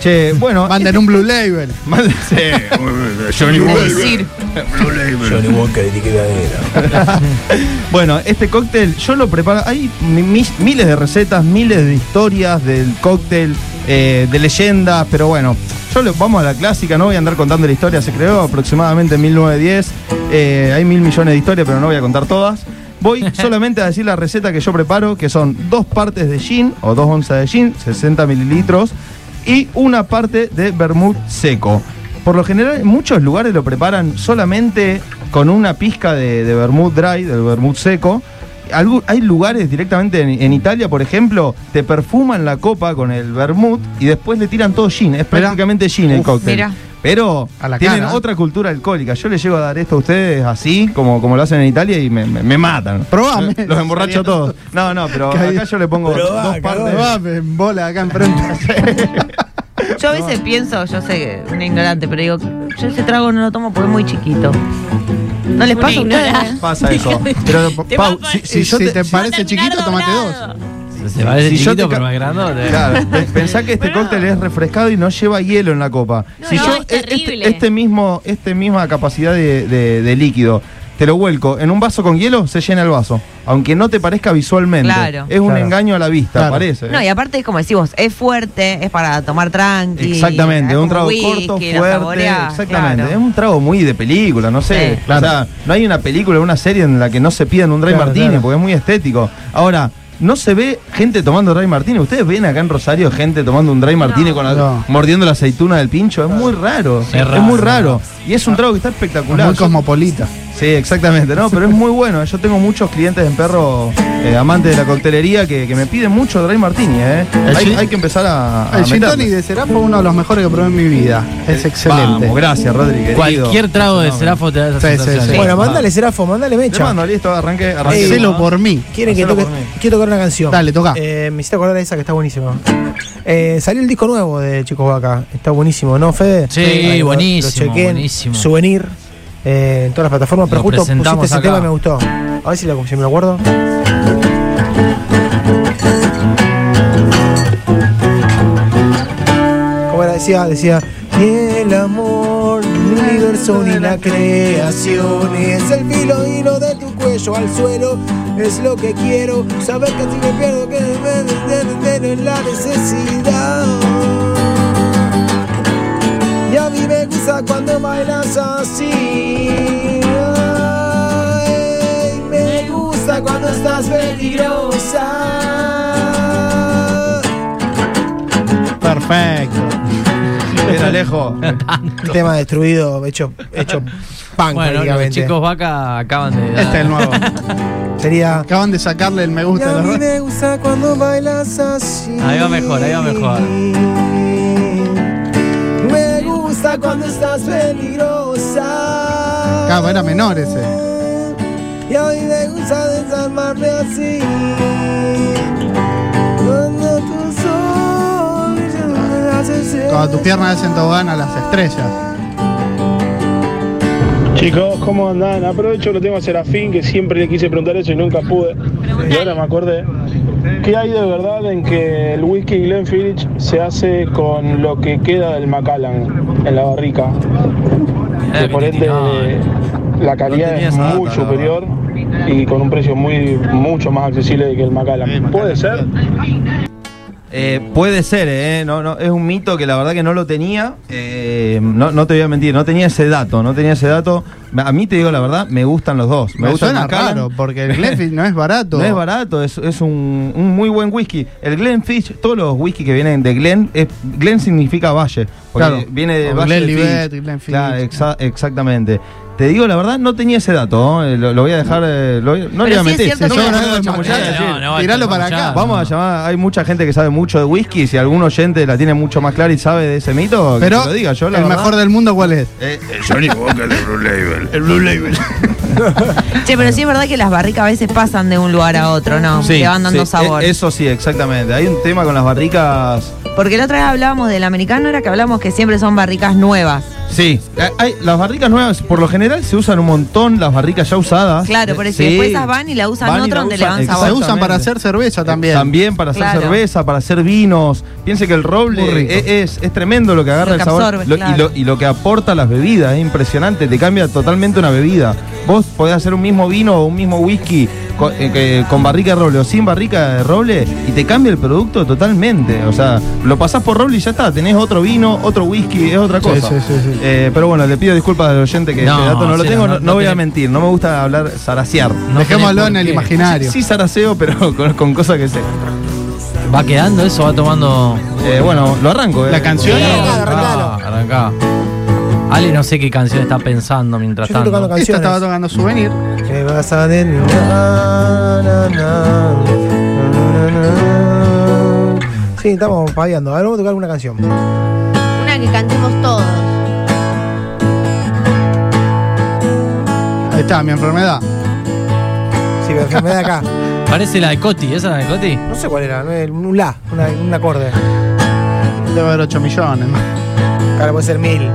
[SPEAKER 2] Che, bueno, este-
[SPEAKER 1] Manden un Blue Label.
[SPEAKER 2] Mal-
[SPEAKER 4] Es decir,
[SPEAKER 2] bueno, este cóctel yo lo preparo. Hay mi- mi- miles de recetas, miles de historias del cóctel, eh, de leyendas, pero bueno, yo lo- vamos a la clásica, no voy a andar contando la historia. Se creó aproximadamente en 1910. eh, hay mil millones de historias, pero no voy a contar todas. Voy solamente a decir la receta que yo preparo, que son dos partes de gin o dos onzas de gin, 60 mililitros, y una parte de vermut seco. Por lo general, en muchos lugares lo preparan solamente con una pizca de, de vermut dry, del vermut seco. algu- hay lugares directamente en, en Italia, por ejemplo, te perfuman la copa con el vermut y después le tiran todo gin. Es prácticamente gin el
[SPEAKER 4] Uf,
[SPEAKER 2] cóctel.
[SPEAKER 4] mirá.
[SPEAKER 2] Pero
[SPEAKER 1] A la
[SPEAKER 2] tienen
[SPEAKER 1] cara.
[SPEAKER 2] otra cultura alcohólica. Yo les llego a dar esto a ustedes así, como, como lo hacen en Italia, y me, me- me matan.
[SPEAKER 1] Probame.
[SPEAKER 2] Los emborracho a todos. No, no, pero
[SPEAKER 1] Caí.
[SPEAKER 2] acá yo le pongo
[SPEAKER 7] Probá,
[SPEAKER 2] dos partes.
[SPEAKER 1] Probame, en bola acá enfrente.
[SPEAKER 4] Yo a veces pienso, yo sé, un ignorante, pero digo, yo ese trago no lo tomo porque es muy chiquito. ¿No les
[SPEAKER 6] Una
[SPEAKER 4] pasa a ustedes?
[SPEAKER 6] ignorante.
[SPEAKER 2] Pasa eso. Pero,
[SPEAKER 6] Te
[SPEAKER 2] Pau,
[SPEAKER 6] va a-
[SPEAKER 2] si,
[SPEAKER 1] si,
[SPEAKER 2] si yo te,
[SPEAKER 1] te
[SPEAKER 2] si-
[SPEAKER 1] parece chiquito, tomate dos.
[SPEAKER 6] doblado.
[SPEAKER 5] Se parece
[SPEAKER 2] Si yo
[SPEAKER 5] chiquito,
[SPEAKER 2] te ca-
[SPEAKER 5] pero más grandote.
[SPEAKER 2] Claro, pe- pensá que este
[SPEAKER 6] Pero-
[SPEAKER 2] cóctel es refrescado y no lleva hielo en la copa.
[SPEAKER 6] No, no, es
[SPEAKER 2] e-
[SPEAKER 6] terrible.
[SPEAKER 2] este, este mismo, este misma capacidad de, de- de líquido te lo vuelco en un vaso con hielo, se llena el vaso, aunque no te parezca visualmente.
[SPEAKER 4] Claro.
[SPEAKER 2] Es un
[SPEAKER 1] Claro.
[SPEAKER 2] engaño a la vista,
[SPEAKER 1] Claro.
[SPEAKER 2] parece. ¿eh?
[SPEAKER 4] No, y aparte es como decís vos, es fuerte, es para tomar tranqui.
[SPEAKER 2] Exactamente,
[SPEAKER 4] es
[SPEAKER 2] un
[SPEAKER 4] como
[SPEAKER 2] trago
[SPEAKER 4] whisky,
[SPEAKER 2] corto,
[SPEAKER 4] lo
[SPEAKER 2] fuerte.
[SPEAKER 4] saboreás,
[SPEAKER 2] exactamente, es
[SPEAKER 4] ah, claro.
[SPEAKER 2] un trago muy de película, no sé.
[SPEAKER 4] Sí.
[SPEAKER 2] O sea, no hay una película, una serie en la que no se pidan un Ray
[SPEAKER 1] Claro,
[SPEAKER 2] Martínez,
[SPEAKER 1] claro.
[SPEAKER 2] porque es muy estético. Ahora, no se ve gente tomando Ray Martínez. Ustedes ven acá en Rosario gente tomando un Ray Martínez con la-
[SPEAKER 1] No.
[SPEAKER 2] mordiendo la aceituna del pincho. Es muy raro.
[SPEAKER 5] Es raro.
[SPEAKER 2] muy raro. Y es un trago que está espectacular.
[SPEAKER 1] Muy cosmopolita.
[SPEAKER 2] Sí, exactamente, ¿no? Pero es muy bueno. Yo tengo muchos clientes en perro eh, amantes de la coctelería que, que me piden mucho Ray Martínez, ¿eh?
[SPEAKER 1] El
[SPEAKER 2] Hay,
[SPEAKER 1] gin-
[SPEAKER 2] hay que empezar a. a
[SPEAKER 1] El gin
[SPEAKER 2] meterle.
[SPEAKER 1] tonic de Será fue uno de los mejores que probé en mi vida. Es excelente.
[SPEAKER 2] Eh, Vamos, gracias, Rodríguez.
[SPEAKER 5] Cualquier trago de serafo te da esa
[SPEAKER 1] Sí, sí,
[SPEAKER 5] sensación.
[SPEAKER 1] sí.
[SPEAKER 7] Bueno, mándale, Serafo, mándale
[SPEAKER 2] Le
[SPEAKER 7] mecha.
[SPEAKER 2] mando, listo, arranque, arranque.
[SPEAKER 1] Hacelo por mí.
[SPEAKER 7] Quieren que
[SPEAKER 2] Hacelo
[SPEAKER 7] toque,
[SPEAKER 2] por mí.
[SPEAKER 7] quiero tocar una canción.
[SPEAKER 1] Dale, toca.
[SPEAKER 7] Eh, me hiciste acordar de esa que está buenísima. Eh, salió el disco nuevo de Chicos Vaca. Está buenísimo, ¿no, Fede?
[SPEAKER 5] Sí,
[SPEAKER 7] Ahí lo-
[SPEAKER 5] buenísimo,
[SPEAKER 7] Lo, chequeé
[SPEAKER 5] buenísimo.
[SPEAKER 7] en Souvenir eh, en todas las plataformas, pero
[SPEAKER 5] Lo
[SPEAKER 7] justo
[SPEAKER 5] presentamos
[SPEAKER 7] pusiste
[SPEAKER 5] acá.
[SPEAKER 7] ese tema y me gustó. A ver si, la, si me lo acuerdo. Como era, decía, decía. "Ni el amor, ni el universo, ni la creación es el filo hilo de tu cuello al suelo. Es lo que quiero saber que si me pierdo, que me detendré en la necesidad. Y a mí me gusta cuando bailas así. Ay, me gusta cuando estás peligrosa.
[SPEAKER 1] Perfecto.
[SPEAKER 2] Era lejos.
[SPEAKER 7] Tema destruido, hecho, hecho punk
[SPEAKER 5] Bueno, los
[SPEAKER 7] prácticamente.
[SPEAKER 5] chicos vaca acaban de.
[SPEAKER 1] Este es el nuevo.
[SPEAKER 7] Sería.
[SPEAKER 1] Acaban de sacarle el me
[SPEAKER 7] Y a
[SPEAKER 1] gusta. a
[SPEAKER 7] mí
[SPEAKER 1] los-
[SPEAKER 7] me gusta cuando bailas así.
[SPEAKER 5] Ahí va mejor, ahí va mejor.
[SPEAKER 7] Me gusta cuando estás peligrosa.
[SPEAKER 1] Acá, era menor ese.
[SPEAKER 7] Y a mí me gusta desarmarme así. Cuando tus ojos me hacen
[SPEAKER 1] Cuando tus piernas hacen tobogán a las estrellas.
[SPEAKER 11] Chicos, ¿cómo andan? Aprovecho que lo tengo a Serafín, que siempre le quise preguntar eso y nunca pude. Y ahora me acordé. ¿Qué hay de verdad en que el whisky Glenfiddich se hace con lo que queda del Macallan en la barrica?
[SPEAKER 5] Eh,
[SPEAKER 11] Que por ende la calidad
[SPEAKER 2] tenía
[SPEAKER 11] es
[SPEAKER 2] esa data,
[SPEAKER 11] muy
[SPEAKER 2] la
[SPEAKER 11] superior y con un precio muy mucho más accesible que el Macallan. ¿Puede ser?
[SPEAKER 2] Eh, puede ser, ¿eh? No, no, es un mito que la verdad que no lo tenía. Eh, no, no te voy a mentir, no tenía ese dato, no tenía ese dato. A mí te digo la verdad, me gustan los dos. Me,
[SPEAKER 1] Me,
[SPEAKER 2] gusta el
[SPEAKER 1] suena
[SPEAKER 2] Macallan.
[SPEAKER 1] raro, porque el Glenfiddich no es barato.
[SPEAKER 2] No es barato, es, es un, un muy buen whisky. El Glenfish, todos los whisky que vienen de Glen, es, Glen significa valle. Porque
[SPEAKER 1] Claro.
[SPEAKER 2] viene de
[SPEAKER 1] O
[SPEAKER 2] Valle de
[SPEAKER 1] Glenlivet,
[SPEAKER 2] Finch.
[SPEAKER 1] Glenfiddich.
[SPEAKER 2] Claro, exa- exactamente. Te digo la verdad, no tenía ese dato, ¿no? Eh, lo, lo voy a dejar, eh, lo voy- no le voy a
[SPEAKER 4] sí es
[SPEAKER 2] mentir.
[SPEAKER 4] cierto
[SPEAKER 2] No
[SPEAKER 4] que-
[SPEAKER 2] me voy a
[SPEAKER 1] No,
[SPEAKER 2] poner
[SPEAKER 1] no,
[SPEAKER 2] chamullada,
[SPEAKER 1] no,
[SPEAKER 2] sí.
[SPEAKER 1] no, Tiralo para acá. no,
[SPEAKER 2] Vamos a llamar, hay mucha gente que sabe mucho de whisky, si algún oyente la tiene mucho más clara y sabe de ese mito, que
[SPEAKER 1] Pero
[SPEAKER 2] te lo diga yo, la
[SPEAKER 1] el
[SPEAKER 2] verdad.
[SPEAKER 1] mejor del mundo, ¿cuál es?
[SPEAKER 2] Eh,
[SPEAKER 12] Johnny Walker de Blue Label. El Blue Label.
[SPEAKER 4] Che, pero sí es verdad que las barricas a veces pasan de un lugar a otro, ¿no?
[SPEAKER 2] sí,
[SPEAKER 4] Le van dando
[SPEAKER 2] sí,
[SPEAKER 4] sabor.
[SPEAKER 2] eh, Eso sí, exactamente. Hay un tema con las barricas
[SPEAKER 4] Porque la otra vez hablábamos del americano, era que hablamos que siempre son barricas nuevas.
[SPEAKER 2] Sí, eh, hay- las barricas nuevas, por lo general se usan un montón las barricas ya usadas. Eh,
[SPEAKER 4] Claro, por eso
[SPEAKER 2] Sí.
[SPEAKER 4] después esas van y la usan
[SPEAKER 2] Van y
[SPEAKER 4] otra
[SPEAKER 2] la
[SPEAKER 4] donde
[SPEAKER 2] usan,
[SPEAKER 4] le van
[SPEAKER 1] Se
[SPEAKER 4] sabor.
[SPEAKER 2] exacto.
[SPEAKER 1] usan para
[SPEAKER 2] Exactamente.
[SPEAKER 1] hacer cerveza también.
[SPEAKER 2] Eh, También para hacer
[SPEAKER 4] Claro.
[SPEAKER 2] cerveza, para hacer vinos. Piense que el roble
[SPEAKER 1] Muy rico.
[SPEAKER 2] eh, es, es tremendo lo que agarra
[SPEAKER 4] Lo
[SPEAKER 2] el
[SPEAKER 4] que
[SPEAKER 2] sabor
[SPEAKER 4] absorbe,
[SPEAKER 2] lo- y,
[SPEAKER 4] claro.
[SPEAKER 2] lo, y lo que aporta a las bebidas. Es impresionante, te cambia totalmente una bebida. Vos podés hacer un mismo vino o un mismo whisky con, eh, que- con barrica de roble o sin barrica de roble y te cambia el producto totalmente. O sea, lo pasás por roble y ya está. Tenés otro vino, otro whisky, es otra
[SPEAKER 1] Sí,
[SPEAKER 2] cosa.
[SPEAKER 1] sí, sí, sí.
[SPEAKER 2] Eh, pero bueno, le pido disculpas al oyente que
[SPEAKER 5] No,
[SPEAKER 2] este dato no lo
[SPEAKER 5] sí,
[SPEAKER 2] tengo.
[SPEAKER 5] no,
[SPEAKER 2] No,
[SPEAKER 5] no
[SPEAKER 2] no voy a
[SPEAKER 5] tenés-
[SPEAKER 2] mentir, no me gusta hablar zaraciar.
[SPEAKER 5] No
[SPEAKER 1] Dejémoslo
[SPEAKER 5] tenés
[SPEAKER 1] en
[SPEAKER 5] por
[SPEAKER 1] el
[SPEAKER 5] qué.
[SPEAKER 1] imaginario.
[SPEAKER 2] Sí, zaraceo, pero con, con cosas que sé.
[SPEAKER 5] Va quedando eso, va tomando.
[SPEAKER 2] Eh, bueno, lo arranco. eh.
[SPEAKER 1] La canción.
[SPEAKER 5] Arrancá,
[SPEAKER 7] arrancalo.
[SPEAKER 5] arrancá. Ale no sé qué canción está pensando mientras
[SPEAKER 7] Yo estoy
[SPEAKER 5] tanto.
[SPEAKER 7] tocando canciones.
[SPEAKER 1] Esta estaba tocando Souvenir.
[SPEAKER 7] ¿Qué vas a de nuevo? Na, na, na, na, na, na. Sí, estamos paviando. A ver, vamos a tocar alguna canción.
[SPEAKER 8] Una que cantemos todos.
[SPEAKER 1] Ahí está, mi enfermedad.
[SPEAKER 7] Sí, pero enfermedad acá.
[SPEAKER 5] Parece la de Coti, ¿esa es la de Coti?
[SPEAKER 7] No sé cuál era, no es un la, una- un acorde.
[SPEAKER 1] Debe haber 8 millones.
[SPEAKER 7] Claro, puede ser mil.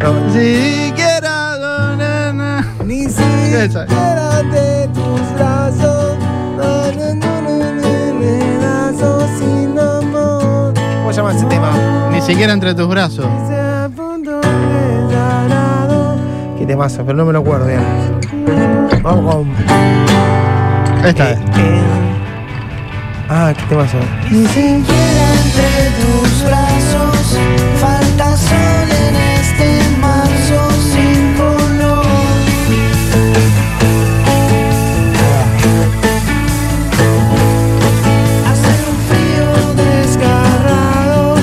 [SPEAKER 7] No,
[SPEAKER 1] Si quiera, na, na.
[SPEAKER 7] Ni
[SPEAKER 1] Esa.
[SPEAKER 7] siquiera de tus brazos. na, na, na, na, na, me das o sin amor. ¿Cómo se llama ese tema?
[SPEAKER 1] Ni siquiera entre tus brazos.
[SPEAKER 7] Dice a punto de dar a dos. Qué temazo, pero no me lo acuerdo bien. Vamos con.
[SPEAKER 1] Esta
[SPEAKER 7] Eh,
[SPEAKER 1] es.
[SPEAKER 7] eh. Ah, qué temazo.
[SPEAKER 9] entre tus brazos, falta sol en este marzo sin color.
[SPEAKER 7] Ah.
[SPEAKER 9] Hace un frío desgarrado.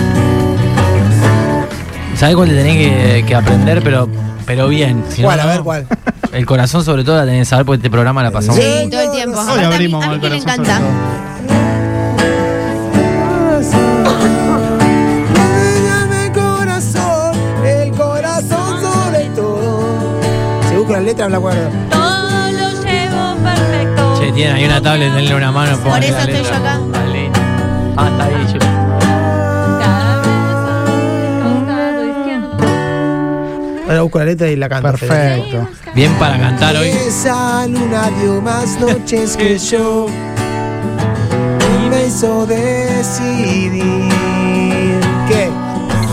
[SPEAKER 5] ¿Sabés cuál te tenés que, que aprender? Pero, pero bien. si no,
[SPEAKER 7] ¿Cuál? A
[SPEAKER 5] no.
[SPEAKER 7] ver, ¿cuál?
[SPEAKER 5] El corazón sobre todo la tenés que saber porque este programa la pasamos.
[SPEAKER 8] Sí, todo el tiempo.
[SPEAKER 1] Hoy
[SPEAKER 8] Aparte, a mí,
[SPEAKER 1] abrimos
[SPEAKER 8] a mí
[SPEAKER 1] el
[SPEAKER 8] que le
[SPEAKER 1] corazón
[SPEAKER 8] encanta.
[SPEAKER 1] sobre todo.
[SPEAKER 7] Enséñame corazón, el corazón sobre todo. Si busco las letras, me la acuerdo.
[SPEAKER 6] Todo lo llevo perfecto.
[SPEAKER 5] Che, tienen ahí una tablet, denle una mano.
[SPEAKER 8] Por eso estoy yo acá.
[SPEAKER 5] Dale. Ah, está ahí. yo-
[SPEAKER 6] Cada beso, costado izquierdo.
[SPEAKER 7] Ahora busco la letra y la canto.
[SPEAKER 1] Perfecto.
[SPEAKER 5] Bien para cantar hoy.
[SPEAKER 7] Esa luna dio más noches que yo y me hizo decidir que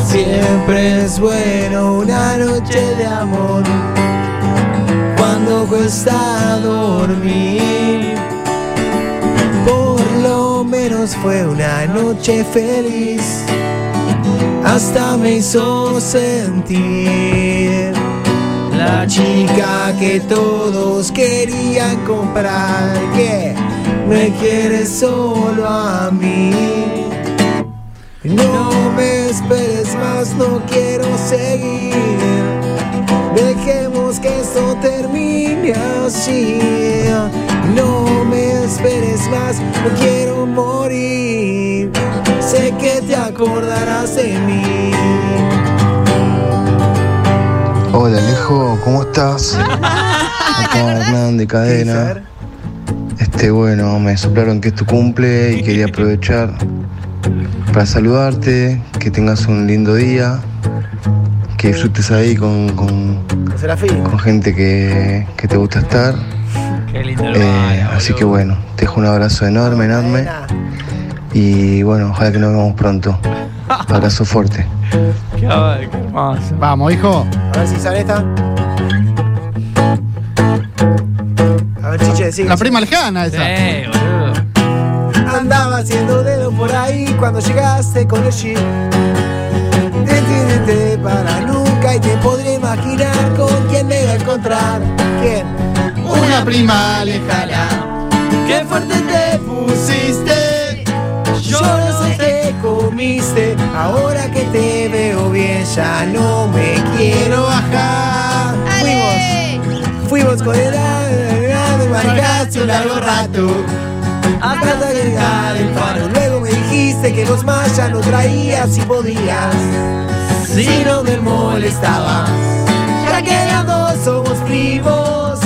[SPEAKER 7] siempre es bueno una noche de amor cuando cuesta dormir. Por lo menos fue una noche feliz, hasta me hizo sentir. La chica que todos querían comprar, que me quiere solo a mí. No me esperes más, no quiero seguir. Dejemos que esto termine así. No me esperes más, no quiero morir. Sé que te acordarás de mí.
[SPEAKER 3] Hola Alejo, ¿cómo estás? Acá Hernán de Cadena. Este, bueno, me soplaron que es tu cumple y quería aprovechar para saludarte, que tengas un lindo día, que disfrutes ahí con, con-
[SPEAKER 7] Serafín.
[SPEAKER 3] con gente que, que te gusta estar.
[SPEAKER 5] Qué lindo el
[SPEAKER 3] Eh,
[SPEAKER 5] baile,
[SPEAKER 3] así
[SPEAKER 5] boludo.
[SPEAKER 3] que bueno, te dejo un abrazo enorme, enorme. Y bueno, ojalá que nos vemos pronto. Abrazo fuerte.
[SPEAKER 5] Qué qué hermoso.
[SPEAKER 1] Vamos, hijo.
[SPEAKER 7] A ver si sale esta. A ver, chiche, sigue.
[SPEAKER 1] La prima lejana
[SPEAKER 5] Sí,
[SPEAKER 1] esa.
[SPEAKER 5] boludo.
[SPEAKER 7] Andaba haciendo dedo por ahí cuando llegaste con el jeep. Te, te, te, te, para nunca y te podré imaginar con quién me iba a encontrar. ¿Quién?
[SPEAKER 1] Una prima lejana.
[SPEAKER 7] ¡Qué fuerte te pusiste! Yo no sé qué comiste. Ahora que te veo bien, ya no me quiero bajar. Fuimos.
[SPEAKER 8] ¡Ale!
[SPEAKER 7] Fuimos con el alma, marcaste un largo rato. Hasta llegar el faro, luego me dijiste que los más ya no traías si podías. Si no me molestabas, ya que los dos somos primos.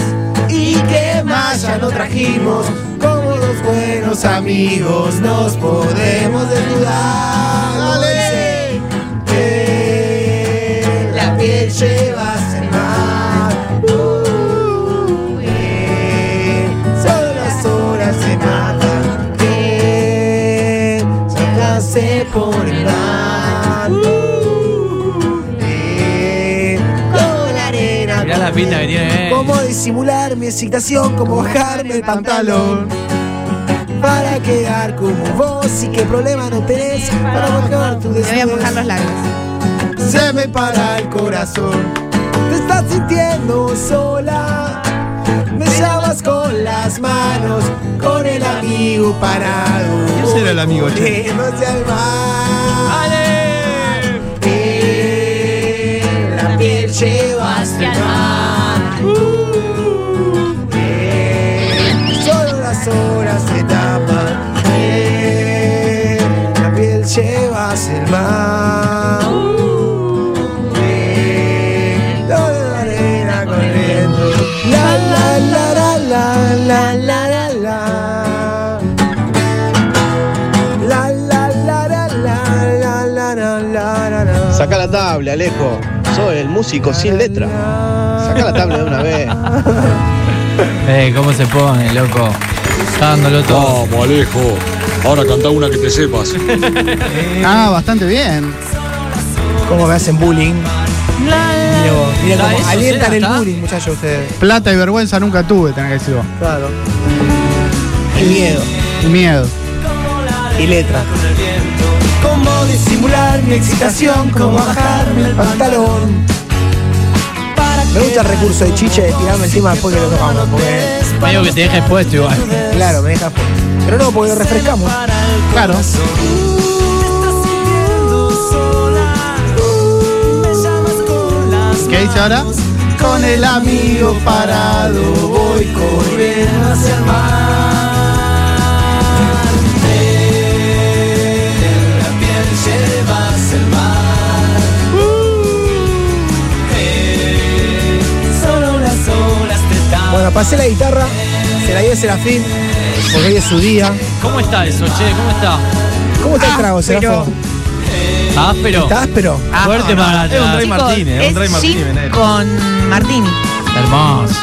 [SPEAKER 7] Y que más ya no trajimos, como los buenos amigos nos podemos desnudar. Dale. Que la piel llevas en mar. Uh, eh, Son las horas se matan. Que ya se pone mal. Uh, eh, Con la arena.
[SPEAKER 5] Mirá la pinta que tiene. eh.
[SPEAKER 7] Cómo disimular mi excitación, cómo bajarme el pantalón. Para quedar como vos y qué problema no tenés para bajar tu
[SPEAKER 8] Me voy a mojar los
[SPEAKER 7] desnudez.
[SPEAKER 8] labios.
[SPEAKER 7] Se me para el corazón. Te estás sintiendo sola. Me llamas con las manos, con el amigo parado.
[SPEAKER 2] ¿Quién será el amigo, che?
[SPEAKER 7] Corriéndose al mar. Eh, La
[SPEAKER 9] que llevaste al mar. Eh, Solo las horas se tapan. Eh, La piel llevas el mar. Eh, Toda la arena corriendo. La la la la la la la la la. La la la la la la la la la la.
[SPEAKER 13] Saca la tabla, Alejo. Soy el músico sin letra. Saca la tabla de una vez.
[SPEAKER 5] Eh, ¿cómo se pone, loco? Está dándolo todo.
[SPEAKER 10] Vamos, Alejo. Ahora canta una que te sepas.
[SPEAKER 1] Ah, bastante bien.
[SPEAKER 7] ¿Cómo me hacen bullying? Mira vos, mira
[SPEAKER 1] Ah,
[SPEAKER 7] cómo
[SPEAKER 1] ¿eso
[SPEAKER 7] alientan
[SPEAKER 1] será
[SPEAKER 7] el
[SPEAKER 1] acá?
[SPEAKER 7] bullying, muchachos, ustedes.
[SPEAKER 1] Plata y vergüenza nunca tuve, tenés que decir vos.
[SPEAKER 7] Claro. Y miedo.
[SPEAKER 1] Y miedo.
[SPEAKER 7] Y letra.
[SPEAKER 9] Cómo disimular mi excitación, cómo bajarme el pantalón.
[SPEAKER 7] Me gusta el recurso de chiche de tirarme encima después que lo tocamos. Porque,
[SPEAKER 5] Medio que te deja expuesto igual.
[SPEAKER 7] claro, me deja. Pero no, porque lo refrescamos.
[SPEAKER 1] Claro.
[SPEAKER 9] ¿Qué
[SPEAKER 1] dice ahora?
[SPEAKER 9] Con el amigo parado voy corriendo hacia el mar. En la piel llevas el mar. Eh, Solo las olas te tapan.
[SPEAKER 7] Bueno, pasé la guitarra, se la dio Serafín, porque hoy es su día.
[SPEAKER 5] ¿Cómo está eso, che? ¿Cómo está?
[SPEAKER 7] ¿Cómo está el trago, Serafín?
[SPEAKER 5] Está áspero.
[SPEAKER 7] Está áspero.
[SPEAKER 5] Ah, Fuerte para
[SPEAKER 2] Es un Dry
[SPEAKER 5] atrás.
[SPEAKER 2] Martini, es un Dry
[SPEAKER 4] es
[SPEAKER 2] Martini.
[SPEAKER 4] gin
[SPEAKER 2] Venere.
[SPEAKER 4] con Martini.
[SPEAKER 5] Hermoso.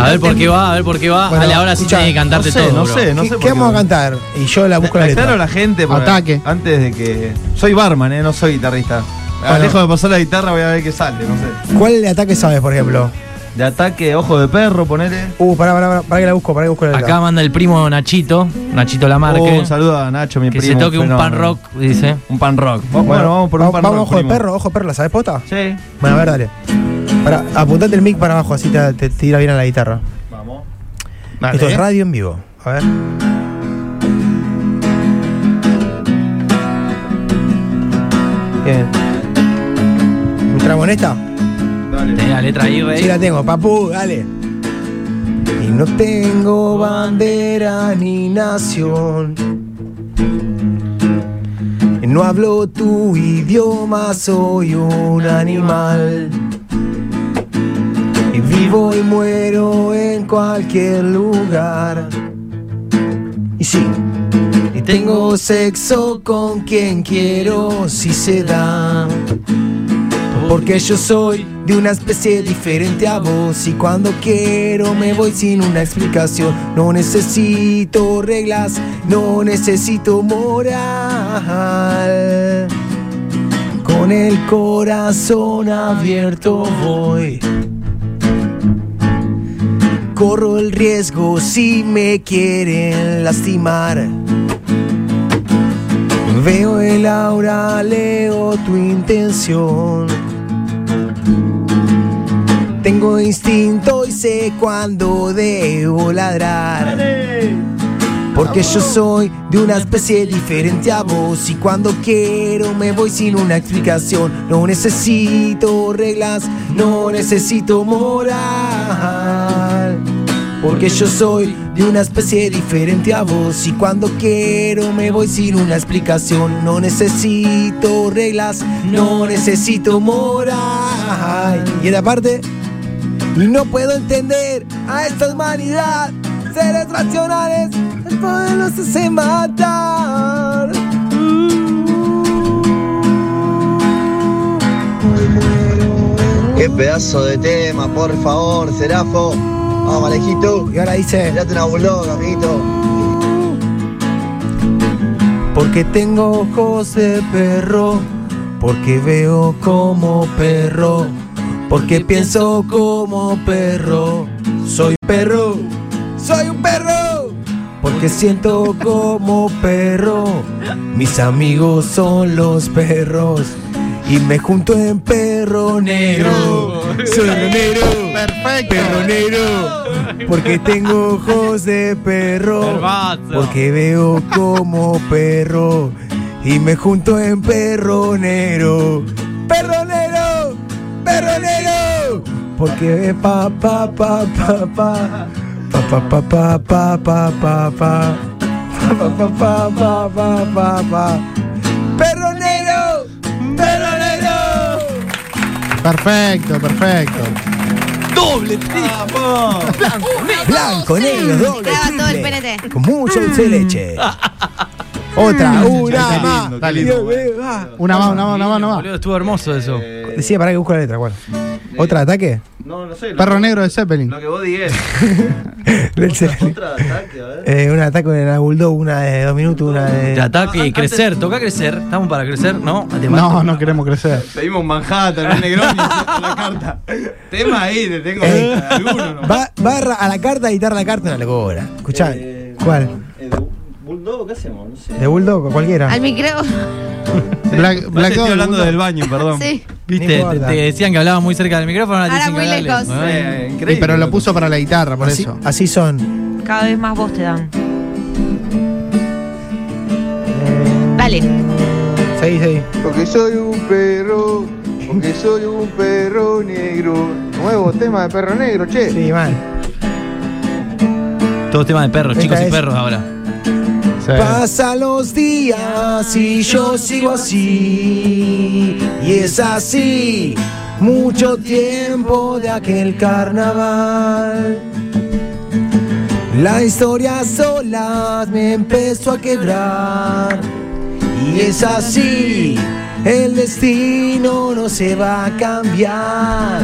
[SPEAKER 5] A ver por qué va, a ver por qué va.
[SPEAKER 7] Bueno,
[SPEAKER 5] a la hora sí
[SPEAKER 7] escuchá,
[SPEAKER 5] tiene que cantarte
[SPEAKER 2] no sé,
[SPEAKER 5] todo.
[SPEAKER 2] no
[SPEAKER 5] bro.
[SPEAKER 2] sé, no
[SPEAKER 7] ¿Qué,
[SPEAKER 2] sé por
[SPEAKER 7] qué
[SPEAKER 2] qué.
[SPEAKER 7] vamos a cantar? Y yo la busco la letra.
[SPEAKER 2] Aclaro a la gente porque
[SPEAKER 7] Ataque.
[SPEAKER 2] antes de que. Soy barman, eh, no soy guitarrista.
[SPEAKER 7] Bueno.
[SPEAKER 2] Alejo de pasar la guitarra, voy a ver qué sale, no sé.
[SPEAKER 7] ¿Cuál de ataque sabes, por ejemplo?
[SPEAKER 2] De ataque, ojo de perro, ponele.
[SPEAKER 7] Uh, pará, pará, pará, pará que la busco, pará que busco la letra.
[SPEAKER 5] Acá manda el primo Nachito, Nachito Lamarque.
[SPEAKER 2] Oh, un saludo a Nacho, mi
[SPEAKER 5] que
[SPEAKER 2] primo.
[SPEAKER 5] se toque un pan rock,
[SPEAKER 2] fenómeno.
[SPEAKER 5] dice.
[SPEAKER 2] Un pan rock. Bueno, vamos por un
[SPEAKER 7] vamos,
[SPEAKER 2] pan
[SPEAKER 7] vamos
[SPEAKER 2] rock.
[SPEAKER 7] ojo de
[SPEAKER 2] primo.
[SPEAKER 7] perro, ojo de perro, ¿la sabes pota?
[SPEAKER 2] Sí.
[SPEAKER 7] Bueno, a ver, dale. Pará, apuntate el mic para abajo, así te, te tira bien a la guitarra.
[SPEAKER 2] Vamos.
[SPEAKER 7] Esto es radio en vivo. A ver. Bien. ¿Entramos en esta?
[SPEAKER 5] Tenés la letra ahí, rey.
[SPEAKER 7] Sí la tengo, papu, dale. Y no tengo bandera ni nación. No hablo tu idioma, soy un animal. Y vivo y muero en cualquier lugar. Y sí, y tengo sexo con quien quiero si se da. Porque yo soy de una especie diferente a vos y cuando quiero me voy sin una explicación. No necesito reglas, no necesito moral. Con el corazón abierto voy. Corro el riesgo si me quieren lastimar. Veo el aura, leo tu intención. Tengo instinto y sé cuándo debo ladrar. Porque yo soy de una especie diferente a vos y cuando quiero me voy sin una explicación. No necesito reglas, no necesito moral. Porque yo soy de una especie diferente a vos y cuando quiero me voy sin una explicación. No necesito reglas, no necesito moral. Y en la parte y no puedo entender a esta humanidad. Seres racionales, el poder los hace matar.
[SPEAKER 13] Qué pedazo de tema, por favor, Serafo. Vamos, Alejito.
[SPEAKER 7] Y ahora dice.
[SPEAKER 13] Date una bulldog, amiguito.
[SPEAKER 7] Porque tengo ojos de perro, porque veo como perro, porque pienso como perro. Soy un perro, soy un perro, porque siento como perro. Mis amigos son los perros y me junto en perro negro. Soy negro,
[SPEAKER 1] Perfecto.
[SPEAKER 7] perro negro, porque tengo ojos de perro. Porque veo como perro y me junto en perro negro. ¡Perro negro! negro, perro negro. Porque es pa, pa, pa, pa, pa. Pa, pa, pa, pa, pa, pa, pa, pa. Pa, pa, pa, pa, pa, pa, pa, pa. Perro negro, perro negro.
[SPEAKER 1] Perfecto, perfecto.
[SPEAKER 7] Doble Blanco, negro, doble.
[SPEAKER 8] Graba todo el
[SPEAKER 7] triple.
[SPEAKER 8] PNT.
[SPEAKER 7] Con mucho dulce de leche.
[SPEAKER 2] Mm.
[SPEAKER 1] Otra,
[SPEAKER 7] Está
[SPEAKER 1] una
[SPEAKER 7] lindo,
[SPEAKER 1] más.
[SPEAKER 7] está lindo.
[SPEAKER 1] Dios mío, va. Una más, una más, una más, una más.
[SPEAKER 5] Boludo, estuvo hermoso eso.
[SPEAKER 2] Eh.
[SPEAKER 7] Decía, para que busco la letra, ¿cuál? ¿Otra ataque?
[SPEAKER 2] No, no sé. lo
[SPEAKER 1] Perro
[SPEAKER 2] que-
[SPEAKER 1] negro de Zeppelin.
[SPEAKER 2] Lo que vos digas.
[SPEAKER 7] Del Zeppelin.
[SPEAKER 2] Otra ataque, a ver.
[SPEAKER 7] Eh, un ataque de la Bulldog, una de dos minutos, una de.
[SPEAKER 5] Te ataque y crecer, toca crecer. Estamos para crecer, ¿no? Te
[SPEAKER 1] No, no queremos crecer.
[SPEAKER 2] Pedimos Manhattan, un Negroni, la carta. Tema ahí, te tengo
[SPEAKER 1] Eh.
[SPEAKER 7] Ey.
[SPEAKER 2] alguno nomás.
[SPEAKER 7] Eh, Ba- barra a la carta, editar la carta, una locura. Escuchá,
[SPEAKER 2] Eh,
[SPEAKER 7] ¿cuál?
[SPEAKER 2] eh, bu- ¿Bulldog? ¿Qué hacemos? No sé.
[SPEAKER 7] ¿De Bulldog o cualquiera?
[SPEAKER 8] Al micro.
[SPEAKER 1] Black,
[SPEAKER 2] Parece
[SPEAKER 1] Black
[SPEAKER 2] que
[SPEAKER 1] Dog,
[SPEAKER 2] estoy hablando
[SPEAKER 1] Bulldog.
[SPEAKER 2] del baño, perdón.
[SPEAKER 8] Sí.
[SPEAKER 7] No
[SPEAKER 5] Viste, te,
[SPEAKER 7] importa.
[SPEAKER 5] te decían que hablaba muy cerca del micrófono, ahora te
[SPEAKER 8] Ahora
[SPEAKER 5] dicen que
[SPEAKER 8] muy
[SPEAKER 5] habla
[SPEAKER 8] lejos.
[SPEAKER 5] lejos.
[SPEAKER 2] Eh, increíble.
[SPEAKER 1] Y pero lo puso para la guitarra, por
[SPEAKER 7] Así,
[SPEAKER 1] eso.
[SPEAKER 7] así son.
[SPEAKER 4] Cada vez más voz te dan.
[SPEAKER 8] Dale.
[SPEAKER 7] Seguí, seguí.
[SPEAKER 13] Porque soy un perro, porque soy un perro negro. Nuevo tema de perro negro, che.
[SPEAKER 7] Sí, mal.
[SPEAKER 5] Todo tema de perros,
[SPEAKER 7] Esta
[SPEAKER 5] chicos y
[SPEAKER 7] es-
[SPEAKER 5] perros ahora.
[SPEAKER 7] Pasan los días y yo sigo así. Y es así. Mucho tiempo de aquel carnaval. La historia sola me empezó a quebrar. Y es así, el destino no se va a cambiar.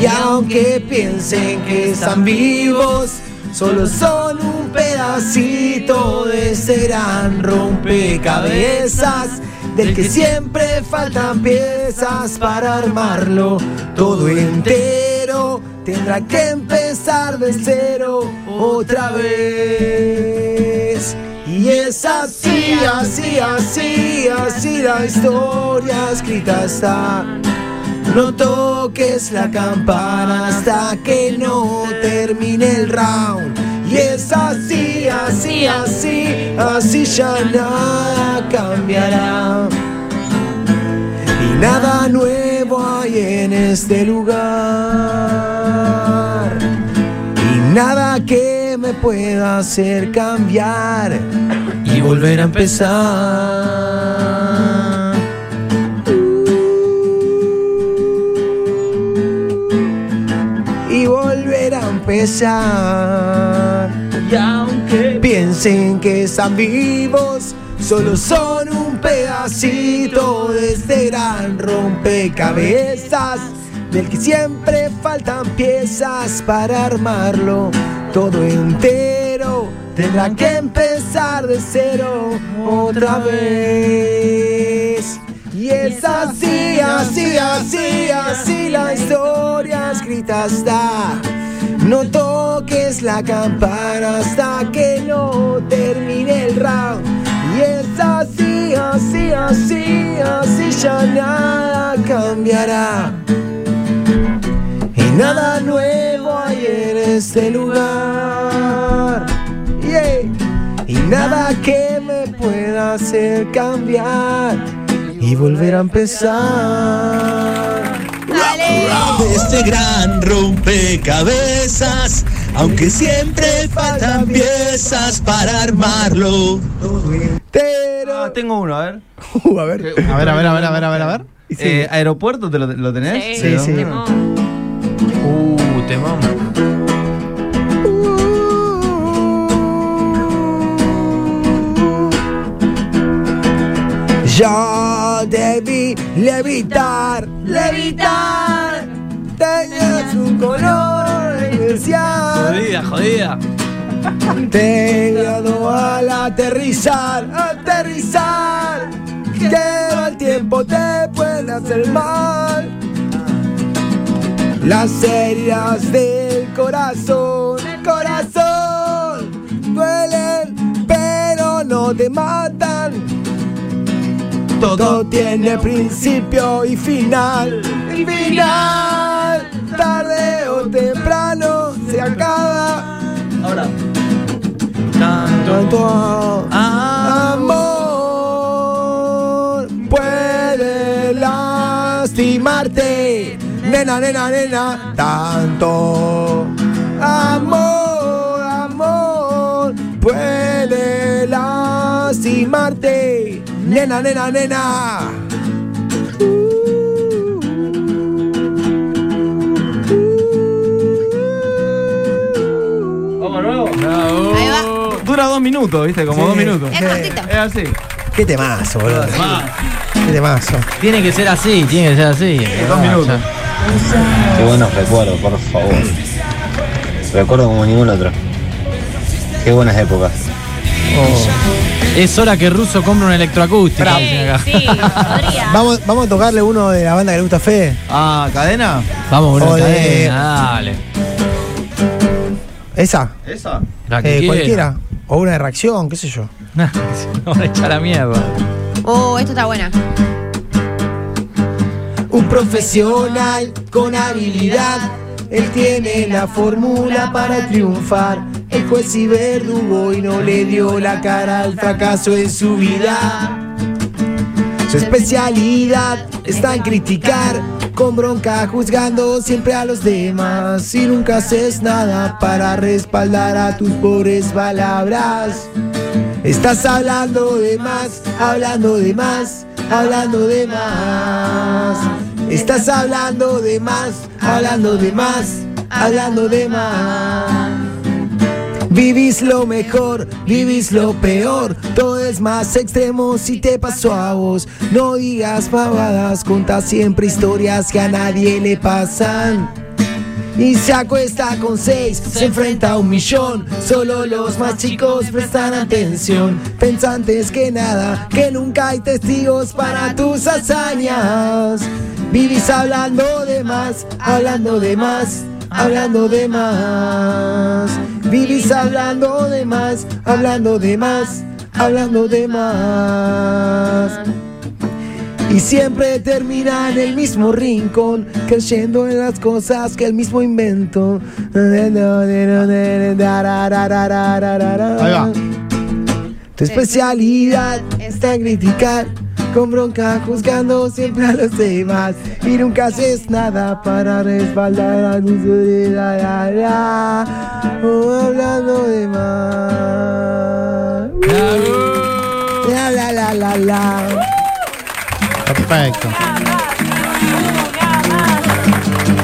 [SPEAKER 7] Y aunque piensen que están vivos, solo son un pedacito de ese gran rompecabezas. Del que siempre faltan piezas para armarlo todo entero. Tendrá que empezar de cero otra vez. Y es así, así, así, así la historia escrita está. No toques la campana hasta que no termine el round. Y es así, así, así, así ya nada cambiará. Y nada nuevo hay en este lugar. Y nada que me pueda hacer cambiar y volver a empezar. y volver a empezar. Y aunque piensen que están vivos, solo son un pedacito de este gran rompecabezas, del que siempre faltan piezas para armarlo todo entero. Tendrá que empezar de cero otra vez. Y es así, así, así, así la historia escrita está. No toques la campana hasta que no termine el round. Y es así, así, así, así ya nada cambiará. Y nada nuevo hay en este lugar. Yeah. Y nada que me pueda hacer cambiar y volver a empezar.
[SPEAKER 8] Dale.
[SPEAKER 7] Este gran rompecabezas, aunque siempre faltan piezas para armarlo.
[SPEAKER 2] Ah,
[SPEAKER 7] Pero.
[SPEAKER 2] tengo uno, a ver.
[SPEAKER 7] Uh, a ver.
[SPEAKER 1] A ver, a ver, a ver, a ver, a ver, a ver.
[SPEAKER 2] Eh, ¿Aeropuerto te lo, lo tenés?
[SPEAKER 7] Sí, sí.
[SPEAKER 4] Timón.
[SPEAKER 5] Uh, temón.
[SPEAKER 7] Yo debí levitar, levitar. Tenías un color especial.
[SPEAKER 5] Jodida, jodida.
[SPEAKER 7] Te he guiado al aterrizar, aterrizar. Que al tiempo te puede hacer mal. Las heridas del corazón, corazón, duelen, pero no te matan. Todo tiene principio y final, y final. Tarde o temprano se acaba. Tanto amor puede lastimarte. de nena, nena, nena, tanto amor, amor puede lastimarte, nena, nena, nena.
[SPEAKER 2] Vamos nuevo. Dura dos minutos, ¿viste? Como
[SPEAKER 7] Sí.
[SPEAKER 2] dos minutos. Eh,
[SPEAKER 7] Es cortito.
[SPEAKER 2] Es así.
[SPEAKER 7] Qué temazo, boludo. Qué temazo.
[SPEAKER 5] Tiene que ser así, tiene que ser así. Ah,
[SPEAKER 2] dos minutos.
[SPEAKER 14] Qué buenos recuerdos, por favor. Recuerdo como ningún otro. Qué buenas épocas.
[SPEAKER 5] Es hora que Russo compre un electroacústico. dicen acá.
[SPEAKER 7] Vamos, vamos a tocarle uno de la banda que le gusta a Fede.
[SPEAKER 2] Ah, cadena.
[SPEAKER 5] Vamos, boludo.
[SPEAKER 7] O de-
[SPEAKER 5] Dale.
[SPEAKER 7] ¿Esa?
[SPEAKER 2] ¿Esa?
[SPEAKER 5] La que
[SPEAKER 7] Eh,
[SPEAKER 5] quiera.
[SPEAKER 7] cualquiera. O una de reacción, qué sé yo.
[SPEAKER 5] No me echa la mierda.
[SPEAKER 8] Oh, esto está buena.
[SPEAKER 7] Un profesional con habilidad, él tiene la fórmula para triunfar. El juez y verdugo y no le dio la cara al fracaso en su vida. Su especialidad está en criticar, con bronca juzgando siempre a los demás. Y nunca haces nada para respaldar a tus pobres palabras. Estás hablando de más, hablando de más, hablando de más. Estás hablando de más, hablando de más, hablando de más. Vivís lo mejor, vivís lo peor, todo es más extremo si te pasó a vos. No digas pavadas, contás siempre historias que a nadie le pasan. Y se acuesta con seis, se enfrenta a un millón. Solo los más chicos prestan atención. Pensantes que nada, que nunca hay testigos para tus hazañas. Vivís hablando de más, hablando de más, hablando de más. Vivís hablando de más, hablando de más, hablando de más. Y siempre termina en el mismo rincón, creyendo en las cosas que el mismo invento. Tu especialidad está en criticar, con bronca juzgando siempre a los demás. Y nunca haces nada para respaldar a tu soledad. Oh, hablando de más. La, la, la, la, la.
[SPEAKER 1] Perfecto.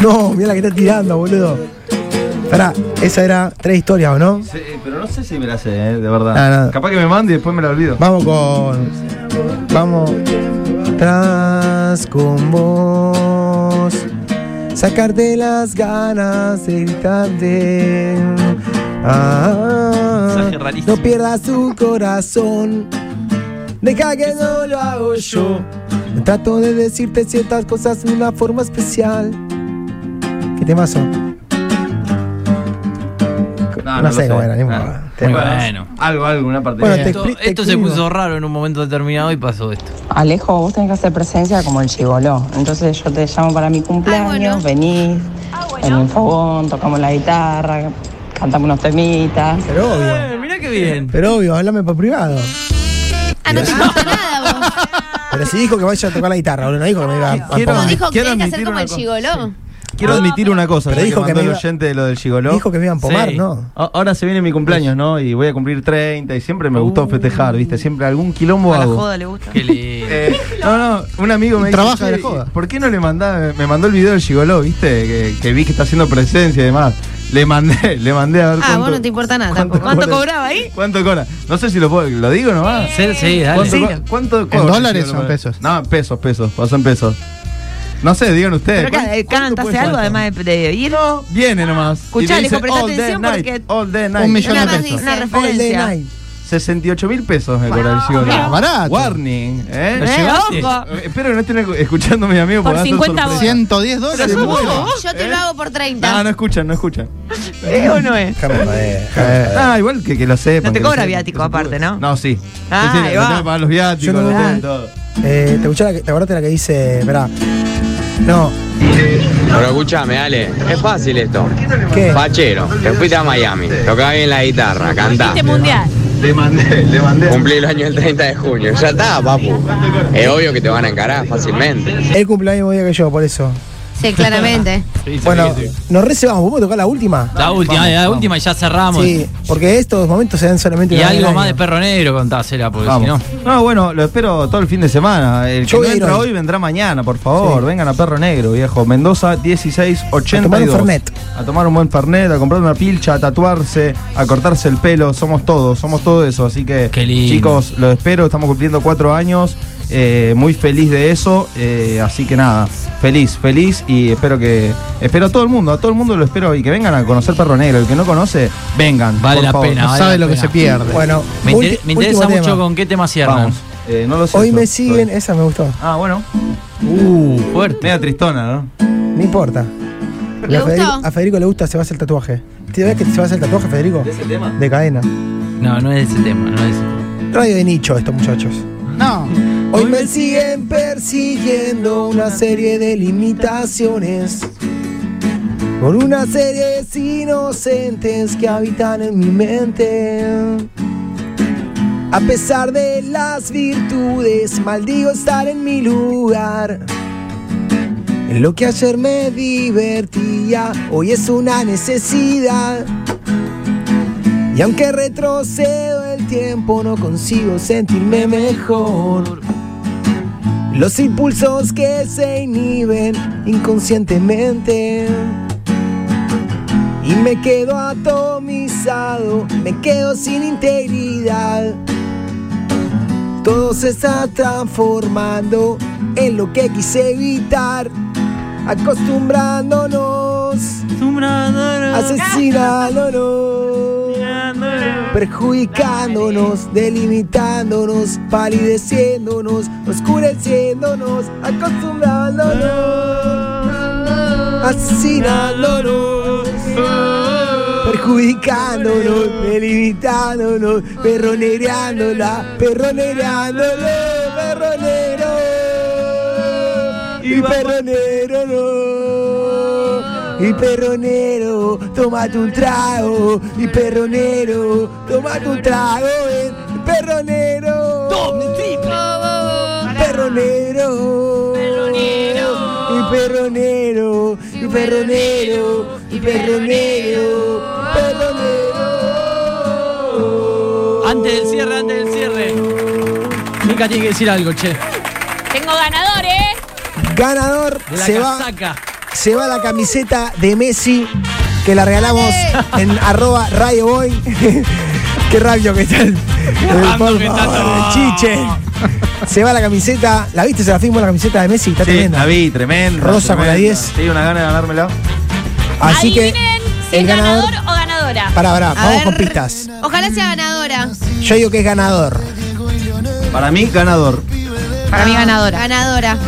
[SPEAKER 7] No, mira la que está tirando, boludo. Pará, esa era tres historias, ¿o no?
[SPEAKER 2] Sí, eh, pero no sé si me la sé, eh, de verdad.
[SPEAKER 7] Ah, no.
[SPEAKER 2] Capaz que me mande y después me la olvido.
[SPEAKER 7] Vamos con. Vamos. Tras con vos. Sacarte las ganas de gritarte. Ah,
[SPEAKER 9] Mensaje rarísimo.
[SPEAKER 7] no pierdas tu corazón. Deja que no lo hago yo. Trato de decirte ciertas cosas de una forma especial. ¿Qué temazo?
[SPEAKER 2] No,
[SPEAKER 7] no
[SPEAKER 2] lo
[SPEAKER 7] sé cómo era, ni
[SPEAKER 2] Ah,
[SPEAKER 7] modo.
[SPEAKER 2] muy
[SPEAKER 7] Te-
[SPEAKER 5] bueno.
[SPEAKER 2] Algo, algo, una parte. Eh,
[SPEAKER 7] Bueno, te
[SPEAKER 5] esto
[SPEAKER 7] expli- te
[SPEAKER 5] esto se
[SPEAKER 7] escribo.
[SPEAKER 5] puso raro en un momento determinado y pasó esto.
[SPEAKER 15] Alejo, vos tenés que hacer presencia como el chigoló. Entonces yo te llamo para mi cumpleaños, venís,
[SPEAKER 4] Ah,
[SPEAKER 15] en un fogón, tocamos la guitarra, cantamos unos temitas.
[SPEAKER 7] Pero obvio.
[SPEAKER 5] Eh, Mirá qué bien.
[SPEAKER 7] Pero obvio, háblame por privado.
[SPEAKER 8] Ah,
[SPEAKER 7] Pero si dijo que vaya a tocar la guitarra, boludo, no dijo que me iba a- a.
[SPEAKER 2] Quiero-
[SPEAKER 7] poner.
[SPEAKER 8] Dijo que
[SPEAKER 2] Quiero
[SPEAKER 8] tenés que hacer
[SPEAKER 2] admitir
[SPEAKER 8] como
[SPEAKER 2] una
[SPEAKER 8] el
[SPEAKER 2] cosa.
[SPEAKER 8] chigoló.
[SPEAKER 2] Quiero admitir una cosa,
[SPEAKER 7] pero
[SPEAKER 2] ya
[SPEAKER 7] dijo que
[SPEAKER 2] mandó
[SPEAKER 7] me
[SPEAKER 2] el
[SPEAKER 7] iba-
[SPEAKER 2] oyente de lo del gigoló.
[SPEAKER 7] Dijo que me iban a pomar, ¿no?
[SPEAKER 2] A- Ahora se viene mi cumpleaños, ¿no? Y voy a cumplir 30 y siempre me
[SPEAKER 7] Uh.
[SPEAKER 2] gustó festejar, ¿viste? Siempre algún quilombo
[SPEAKER 4] A la
[SPEAKER 2] hago.
[SPEAKER 4] joda le gusta.
[SPEAKER 5] Qué lindo.
[SPEAKER 2] Eh, no, no, un amigo me
[SPEAKER 1] Trabaja
[SPEAKER 2] dice,
[SPEAKER 1] de
[SPEAKER 2] "Che,
[SPEAKER 1] joda".
[SPEAKER 2] ¿Por qué no le mandá? Me mandó el video del gigoló, ¿viste? Que, que vi que está haciendo presencia y demás. Le mandé, le mandé a ver
[SPEAKER 4] Ah,
[SPEAKER 2] cuánto,
[SPEAKER 4] vos no te importa nada
[SPEAKER 2] cuánto
[SPEAKER 4] tampoco. ¿Cuánto
[SPEAKER 2] cobra?
[SPEAKER 4] cobraba ahí?
[SPEAKER 2] cuánto cobra. No sé si lo puedo, lo digo nomás.
[SPEAKER 5] Sí,
[SPEAKER 7] Eh,
[SPEAKER 5] sí, dale.
[SPEAKER 2] ¿Cuánto,
[SPEAKER 5] Sí.
[SPEAKER 2] co- cuánto cobra
[SPEAKER 1] ¿En
[SPEAKER 2] el
[SPEAKER 1] dólares
[SPEAKER 2] gigoló?
[SPEAKER 1] o en pesos?
[SPEAKER 2] No, en pesos, pesos, pasó en pesos. No sé, digan ustedes.
[SPEAKER 4] Pero acá, eh, canta, hace algo además de, de ir.
[SPEAKER 2] Viene nomás.
[SPEAKER 4] Escuchá,
[SPEAKER 2] Y le
[SPEAKER 4] Alejo,
[SPEAKER 2] dice,
[SPEAKER 4] presta
[SPEAKER 2] "All
[SPEAKER 4] atención
[SPEAKER 2] that
[SPEAKER 4] porque-
[SPEAKER 2] night, all that night".
[SPEAKER 1] Un millón de pesos.
[SPEAKER 4] Una
[SPEAKER 7] All day
[SPEAKER 4] referencia.
[SPEAKER 7] night.
[SPEAKER 2] 68 mil pesos me cobra el gigolo.
[SPEAKER 1] Ah, barato.
[SPEAKER 2] Warning, ¿eh?
[SPEAKER 1] ¿Lo Eh, llevaste?
[SPEAKER 4] ojo.
[SPEAKER 2] Eh, Espero que no estén escuchando mis amigos
[SPEAKER 1] Por
[SPEAKER 2] porque va a ser
[SPEAKER 1] 50
[SPEAKER 2] sorpresa.
[SPEAKER 1] bolas. 110 dólares.
[SPEAKER 2] Se
[SPEAKER 1] Pero sos
[SPEAKER 2] mueve.
[SPEAKER 8] Yo te lo hago por 30.
[SPEAKER 2] No, no escuchan, no escuchan.
[SPEAKER 4] ¿Eh o no es?
[SPEAKER 7] Déjame joder, déjame
[SPEAKER 2] Eh,
[SPEAKER 7] joder.
[SPEAKER 2] ah, igual que, que lo sepan.
[SPEAKER 4] No te
[SPEAKER 2] que lo
[SPEAKER 4] cobra
[SPEAKER 2] sepan,
[SPEAKER 4] viático
[SPEAKER 2] que se
[SPEAKER 4] aparte,
[SPEAKER 2] puede.
[SPEAKER 4] ¿no?
[SPEAKER 2] No, sí.
[SPEAKER 4] Ah,
[SPEAKER 2] sí, sí,
[SPEAKER 4] ahí
[SPEAKER 2] lo
[SPEAKER 4] va.
[SPEAKER 2] tengo que pagar los
[SPEAKER 7] Yo
[SPEAKER 2] viáticos,
[SPEAKER 7] no
[SPEAKER 2] lo
[SPEAKER 7] me-
[SPEAKER 2] tengo y todo.
[SPEAKER 7] Eh, ¿te, escuchás la que- ¿Te acordás de la que dice.? Verá. No,
[SPEAKER 16] Pero escuchame, Ale, es fácil esto.
[SPEAKER 7] ¿Qué?
[SPEAKER 16] Pachero, te fuiste a Miami, tocá bien la guitarra, cantá.
[SPEAKER 6] Este mundial.
[SPEAKER 2] Le mandé, le mandé.
[SPEAKER 16] Cumplí el año el 30 de junio, ya está, papu. Es obvio que te van a encarar fácilmente.
[SPEAKER 7] él cumple el mismo día que yo, por eso.
[SPEAKER 8] Sí, claramente.
[SPEAKER 7] Bueno, nos recebamos, vamos a tocar la última.
[SPEAKER 5] La última,
[SPEAKER 7] vamos,
[SPEAKER 5] la
[SPEAKER 7] vamos.
[SPEAKER 5] última y ya cerramos.
[SPEAKER 7] Sí, porque estos momentos se dan solamente
[SPEAKER 5] Y
[SPEAKER 7] una vez
[SPEAKER 5] algo
[SPEAKER 7] al
[SPEAKER 5] más
[SPEAKER 7] año.
[SPEAKER 5] de perro negro contásela, porque si no.
[SPEAKER 2] Vamos. No, bueno, lo espero todo el fin de semana. El que no
[SPEAKER 7] Yo voy a ir
[SPEAKER 2] entra
[SPEAKER 7] hoy.
[SPEAKER 2] hoy vendrá mañana, por favor. Vengan a Perro Negro, viejo. Mendoza 1682.
[SPEAKER 7] A tomar un Fernet.
[SPEAKER 2] A tomar un buen Fernet, a comprar una pilcha, a tatuarse, a cortarse el pelo. Somos todos, somos todo eso. Así que,
[SPEAKER 5] lindo.
[SPEAKER 2] chicos, lo espero. Estamos cumpliendo cuatro años. eh, muy feliz de eso. eh, así que nada, feliz, feliz. Y espero que. Espero a todo el mundo, a todo el mundo lo espero. Y que vengan a conocer Perro Negro. El que no conoce, vengan.
[SPEAKER 5] Vale
[SPEAKER 2] por
[SPEAKER 5] la
[SPEAKER 2] favor.
[SPEAKER 5] pena. vale la pena.
[SPEAKER 7] Bueno,
[SPEAKER 5] me, inter-
[SPEAKER 7] ulti-
[SPEAKER 5] me interesa
[SPEAKER 7] último
[SPEAKER 5] mucho
[SPEAKER 7] tema.
[SPEAKER 5] con qué tema cierran.
[SPEAKER 2] Vamos. Eh, no lo sé.
[SPEAKER 7] Hoy
[SPEAKER 2] yo.
[SPEAKER 7] me siguen, esa me gustó.
[SPEAKER 2] Ah, bueno.
[SPEAKER 5] Uh, fuerte.
[SPEAKER 2] Media tristona, ¿no?
[SPEAKER 7] No importa.
[SPEAKER 8] ¿Le
[SPEAKER 7] a, Federico,
[SPEAKER 8] gustó?
[SPEAKER 7] a Federico le gusta, se va a hacer el tatuaje. ¿Te ves que se va a hacer el tatuaje, Federico?
[SPEAKER 2] ¿De ese tema?
[SPEAKER 7] De cadena.
[SPEAKER 5] No, no es ese tema, no es
[SPEAKER 7] Radio de nicho, estos muchachos.
[SPEAKER 1] No.
[SPEAKER 7] Hoy me siguen persiguiendo una serie de limitaciones. Por una serie de inocentes que habitan en mi mente. A pesar de las virtudes, maldigo estar en mi lugar. En lo que ayer me divertía, hoy es una necesidad. Y aunque retrocedo el tiempo, no consigo sentirme mejor. Los impulsos que se inhiben inconscientemente. Y me quedo atomizado, me quedo sin integridad. Todo se está transformando en lo que quise evitar, acostumbrándonos, asesinándonos perjudicándonos, delimitándonos, palideciéndonos, oscureciéndonos, acostumbrándonos, asesinándonos, perjudicándonos, delimitándonos, perronereándola, perronereándola, perronero y perronero no. Y perronero, tomate un trago. Y perronero, tomate un trago. eh. Perronero. Doble, triple. Perronero. Y perronero. Y perronero. Y perronero. Perronero.
[SPEAKER 5] Antes del cierre, antes del cierre. Mica tiene que decir algo, che.
[SPEAKER 6] Tengo ganadores.
[SPEAKER 7] Ganador
[SPEAKER 5] De la
[SPEAKER 7] se va,
[SPEAKER 5] casaca.
[SPEAKER 7] se va la camiseta de Messi que la regalamos en arroba Radio Boy. Qué rabio que están. Eh, por
[SPEAKER 5] que
[SPEAKER 7] favor,
[SPEAKER 5] están-
[SPEAKER 7] chiche. Se va la camiseta. ¿La viste? Se la firmó la camiseta de Messi. Está
[SPEAKER 2] Sí,
[SPEAKER 7] tremenda.
[SPEAKER 2] la vi, tremenda.
[SPEAKER 7] Rosa con la
[SPEAKER 2] tremenda.
[SPEAKER 7] 10.
[SPEAKER 2] Sí, una gana de ganármela.
[SPEAKER 7] Así que.
[SPEAKER 6] Adivinen si
[SPEAKER 7] el
[SPEAKER 6] es
[SPEAKER 7] ganador-
[SPEAKER 6] ganador o ganadora.
[SPEAKER 7] Pará, pará,
[SPEAKER 8] A
[SPEAKER 7] vamos
[SPEAKER 8] ver.
[SPEAKER 7] con pistas.
[SPEAKER 8] Ojalá sea ganadora.
[SPEAKER 7] Yo digo que es ganador.
[SPEAKER 2] Para mí, ganador.
[SPEAKER 4] Para mí ganadora.
[SPEAKER 8] Ganadora.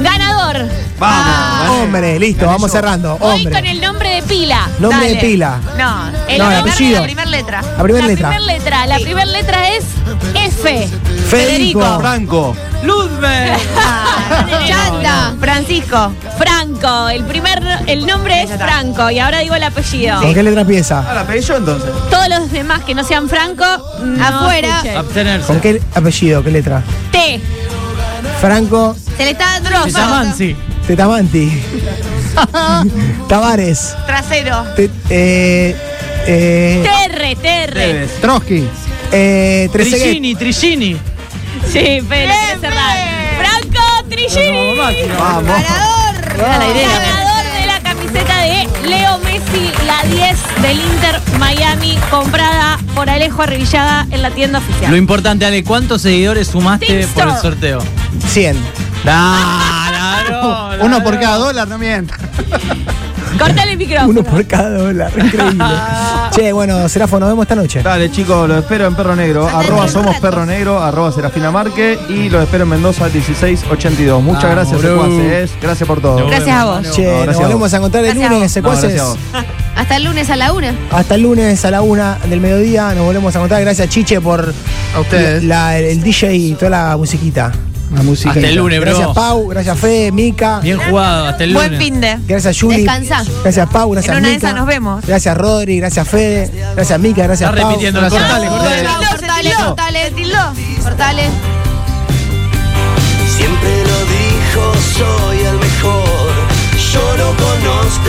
[SPEAKER 6] Ganador.
[SPEAKER 2] Vamos. gané.
[SPEAKER 7] Hombre, listo,
[SPEAKER 2] Gané
[SPEAKER 7] vamos
[SPEAKER 2] yo.
[SPEAKER 7] cerrando.
[SPEAKER 6] Hoy con
[SPEAKER 7] Hombre.
[SPEAKER 6] el nombre de pila.
[SPEAKER 7] Nombre de
[SPEAKER 4] Dale.
[SPEAKER 7] pila.
[SPEAKER 4] No, el
[SPEAKER 7] No, el
[SPEAKER 4] nombre,
[SPEAKER 7] apellido.
[SPEAKER 4] La primera letra.
[SPEAKER 7] La primera
[SPEAKER 6] la
[SPEAKER 7] letra.
[SPEAKER 6] primera letra. La primera letra es F.
[SPEAKER 7] Federico.
[SPEAKER 2] Franco.
[SPEAKER 5] ¡Ludme!
[SPEAKER 8] Chanta.
[SPEAKER 4] Francisco.
[SPEAKER 6] Franco. El primer el nombre es Franco y ahora digo el apellido.
[SPEAKER 7] ¿Con qué letra empieza?
[SPEAKER 2] Ah, la pedí yo entonces.
[SPEAKER 6] Todos los demás que no sean Franco, no
[SPEAKER 8] Afuera.
[SPEAKER 6] escuchen.
[SPEAKER 7] ¿Con
[SPEAKER 5] Abstenerse.
[SPEAKER 7] qué apellido? ¿Qué letra?
[SPEAKER 6] T.
[SPEAKER 7] Franco
[SPEAKER 8] Se le está dando
[SPEAKER 5] Se
[SPEAKER 8] los
[SPEAKER 5] llaman,
[SPEAKER 8] votos.
[SPEAKER 5] sí.
[SPEAKER 7] Tetamanti. Tavares.
[SPEAKER 4] Trasero.
[SPEAKER 7] Te- eh, eh,
[SPEAKER 6] TR, TR.
[SPEAKER 2] Debes.
[SPEAKER 1] Trotsky.
[SPEAKER 7] eh, Trezeguet.
[SPEAKER 5] Trigini, Trigini.
[SPEAKER 6] Sí, pero hay que cerrar. Franco Trigini.
[SPEAKER 2] Vamos.
[SPEAKER 8] Ganador.
[SPEAKER 6] Ganador de la camiseta de Leo Messi, la 10 del Inter Miami, comprada por Alejo Arribillada en la tienda
[SPEAKER 5] Lo
[SPEAKER 6] oficial.
[SPEAKER 5] importante, Ale, ¿cuántos seguidores sumaste
[SPEAKER 6] Team
[SPEAKER 5] por el
[SPEAKER 6] Store.
[SPEAKER 5] sorteo?
[SPEAKER 7] 100.
[SPEAKER 5] Da, da, no,
[SPEAKER 1] Uno
[SPEAKER 5] da,
[SPEAKER 1] por
[SPEAKER 5] no.
[SPEAKER 1] cada dólar, no mientas.
[SPEAKER 6] Cortale el micrófono.
[SPEAKER 7] Uno por cada dólar. Increíble. che, bueno, Serafo, nos vemos esta noche.
[SPEAKER 2] Dale, chicos, lo espero en Perro Negro.
[SPEAKER 8] Hasta dentro
[SPEAKER 2] Arroba
[SPEAKER 8] de un
[SPEAKER 2] somos
[SPEAKER 8] rato.
[SPEAKER 2] Perro Negro, arroba Serafina Marque y lo espero en Mendoza 1682. Muchas
[SPEAKER 5] Vamos,
[SPEAKER 2] gracias,
[SPEAKER 5] bro.
[SPEAKER 2] secuaces. Gracias por todo.
[SPEAKER 4] Gracias a vos.
[SPEAKER 7] Che,
[SPEAKER 2] No, gracias
[SPEAKER 7] nos
[SPEAKER 2] a
[SPEAKER 7] volvemos
[SPEAKER 2] vos.
[SPEAKER 7] a encontrar el
[SPEAKER 8] Gracias a
[SPEAKER 7] lunes,
[SPEAKER 8] vos.
[SPEAKER 2] No, gracias
[SPEAKER 7] secuaces.
[SPEAKER 2] a vos.
[SPEAKER 8] Hasta el lunes a la una.
[SPEAKER 7] Hasta el lunes a la una del mediodía. Nos volvemos a encontrar. Gracias, Chiche, por
[SPEAKER 1] A ustedes.
[SPEAKER 7] la- el DJ y toda la musiquita.
[SPEAKER 1] La música.
[SPEAKER 5] Hasta el lunes, bro.
[SPEAKER 7] Gracias, Pau. Gracias, Fede, Mica.
[SPEAKER 5] Bien jugado, hasta el lunes.
[SPEAKER 4] Buen fin de.
[SPEAKER 7] Gracias, Juli.
[SPEAKER 8] Descansá.
[SPEAKER 7] Gracias, Pau. Gracias,
[SPEAKER 4] En una de
[SPEAKER 7] Mica.
[SPEAKER 4] esas nos vemos.
[SPEAKER 7] Gracias, Rodri. Gracias, Fede. Gracias, Mica. Gracias,
[SPEAKER 5] Está
[SPEAKER 7] Pau.
[SPEAKER 5] repitiendo,
[SPEAKER 7] Gracias,
[SPEAKER 5] cortale,
[SPEAKER 7] a
[SPEAKER 5] cortale.
[SPEAKER 7] ustedes.
[SPEAKER 8] Cortale, cortale, tildó. Cortale.
[SPEAKER 9] Siempre lo dijo, soy el mejor. Yo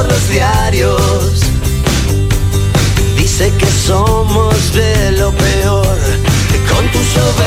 [SPEAKER 17] los diarios. Dice que somos de lo peor, con tu soberanía.
[SPEAKER 16] Mm,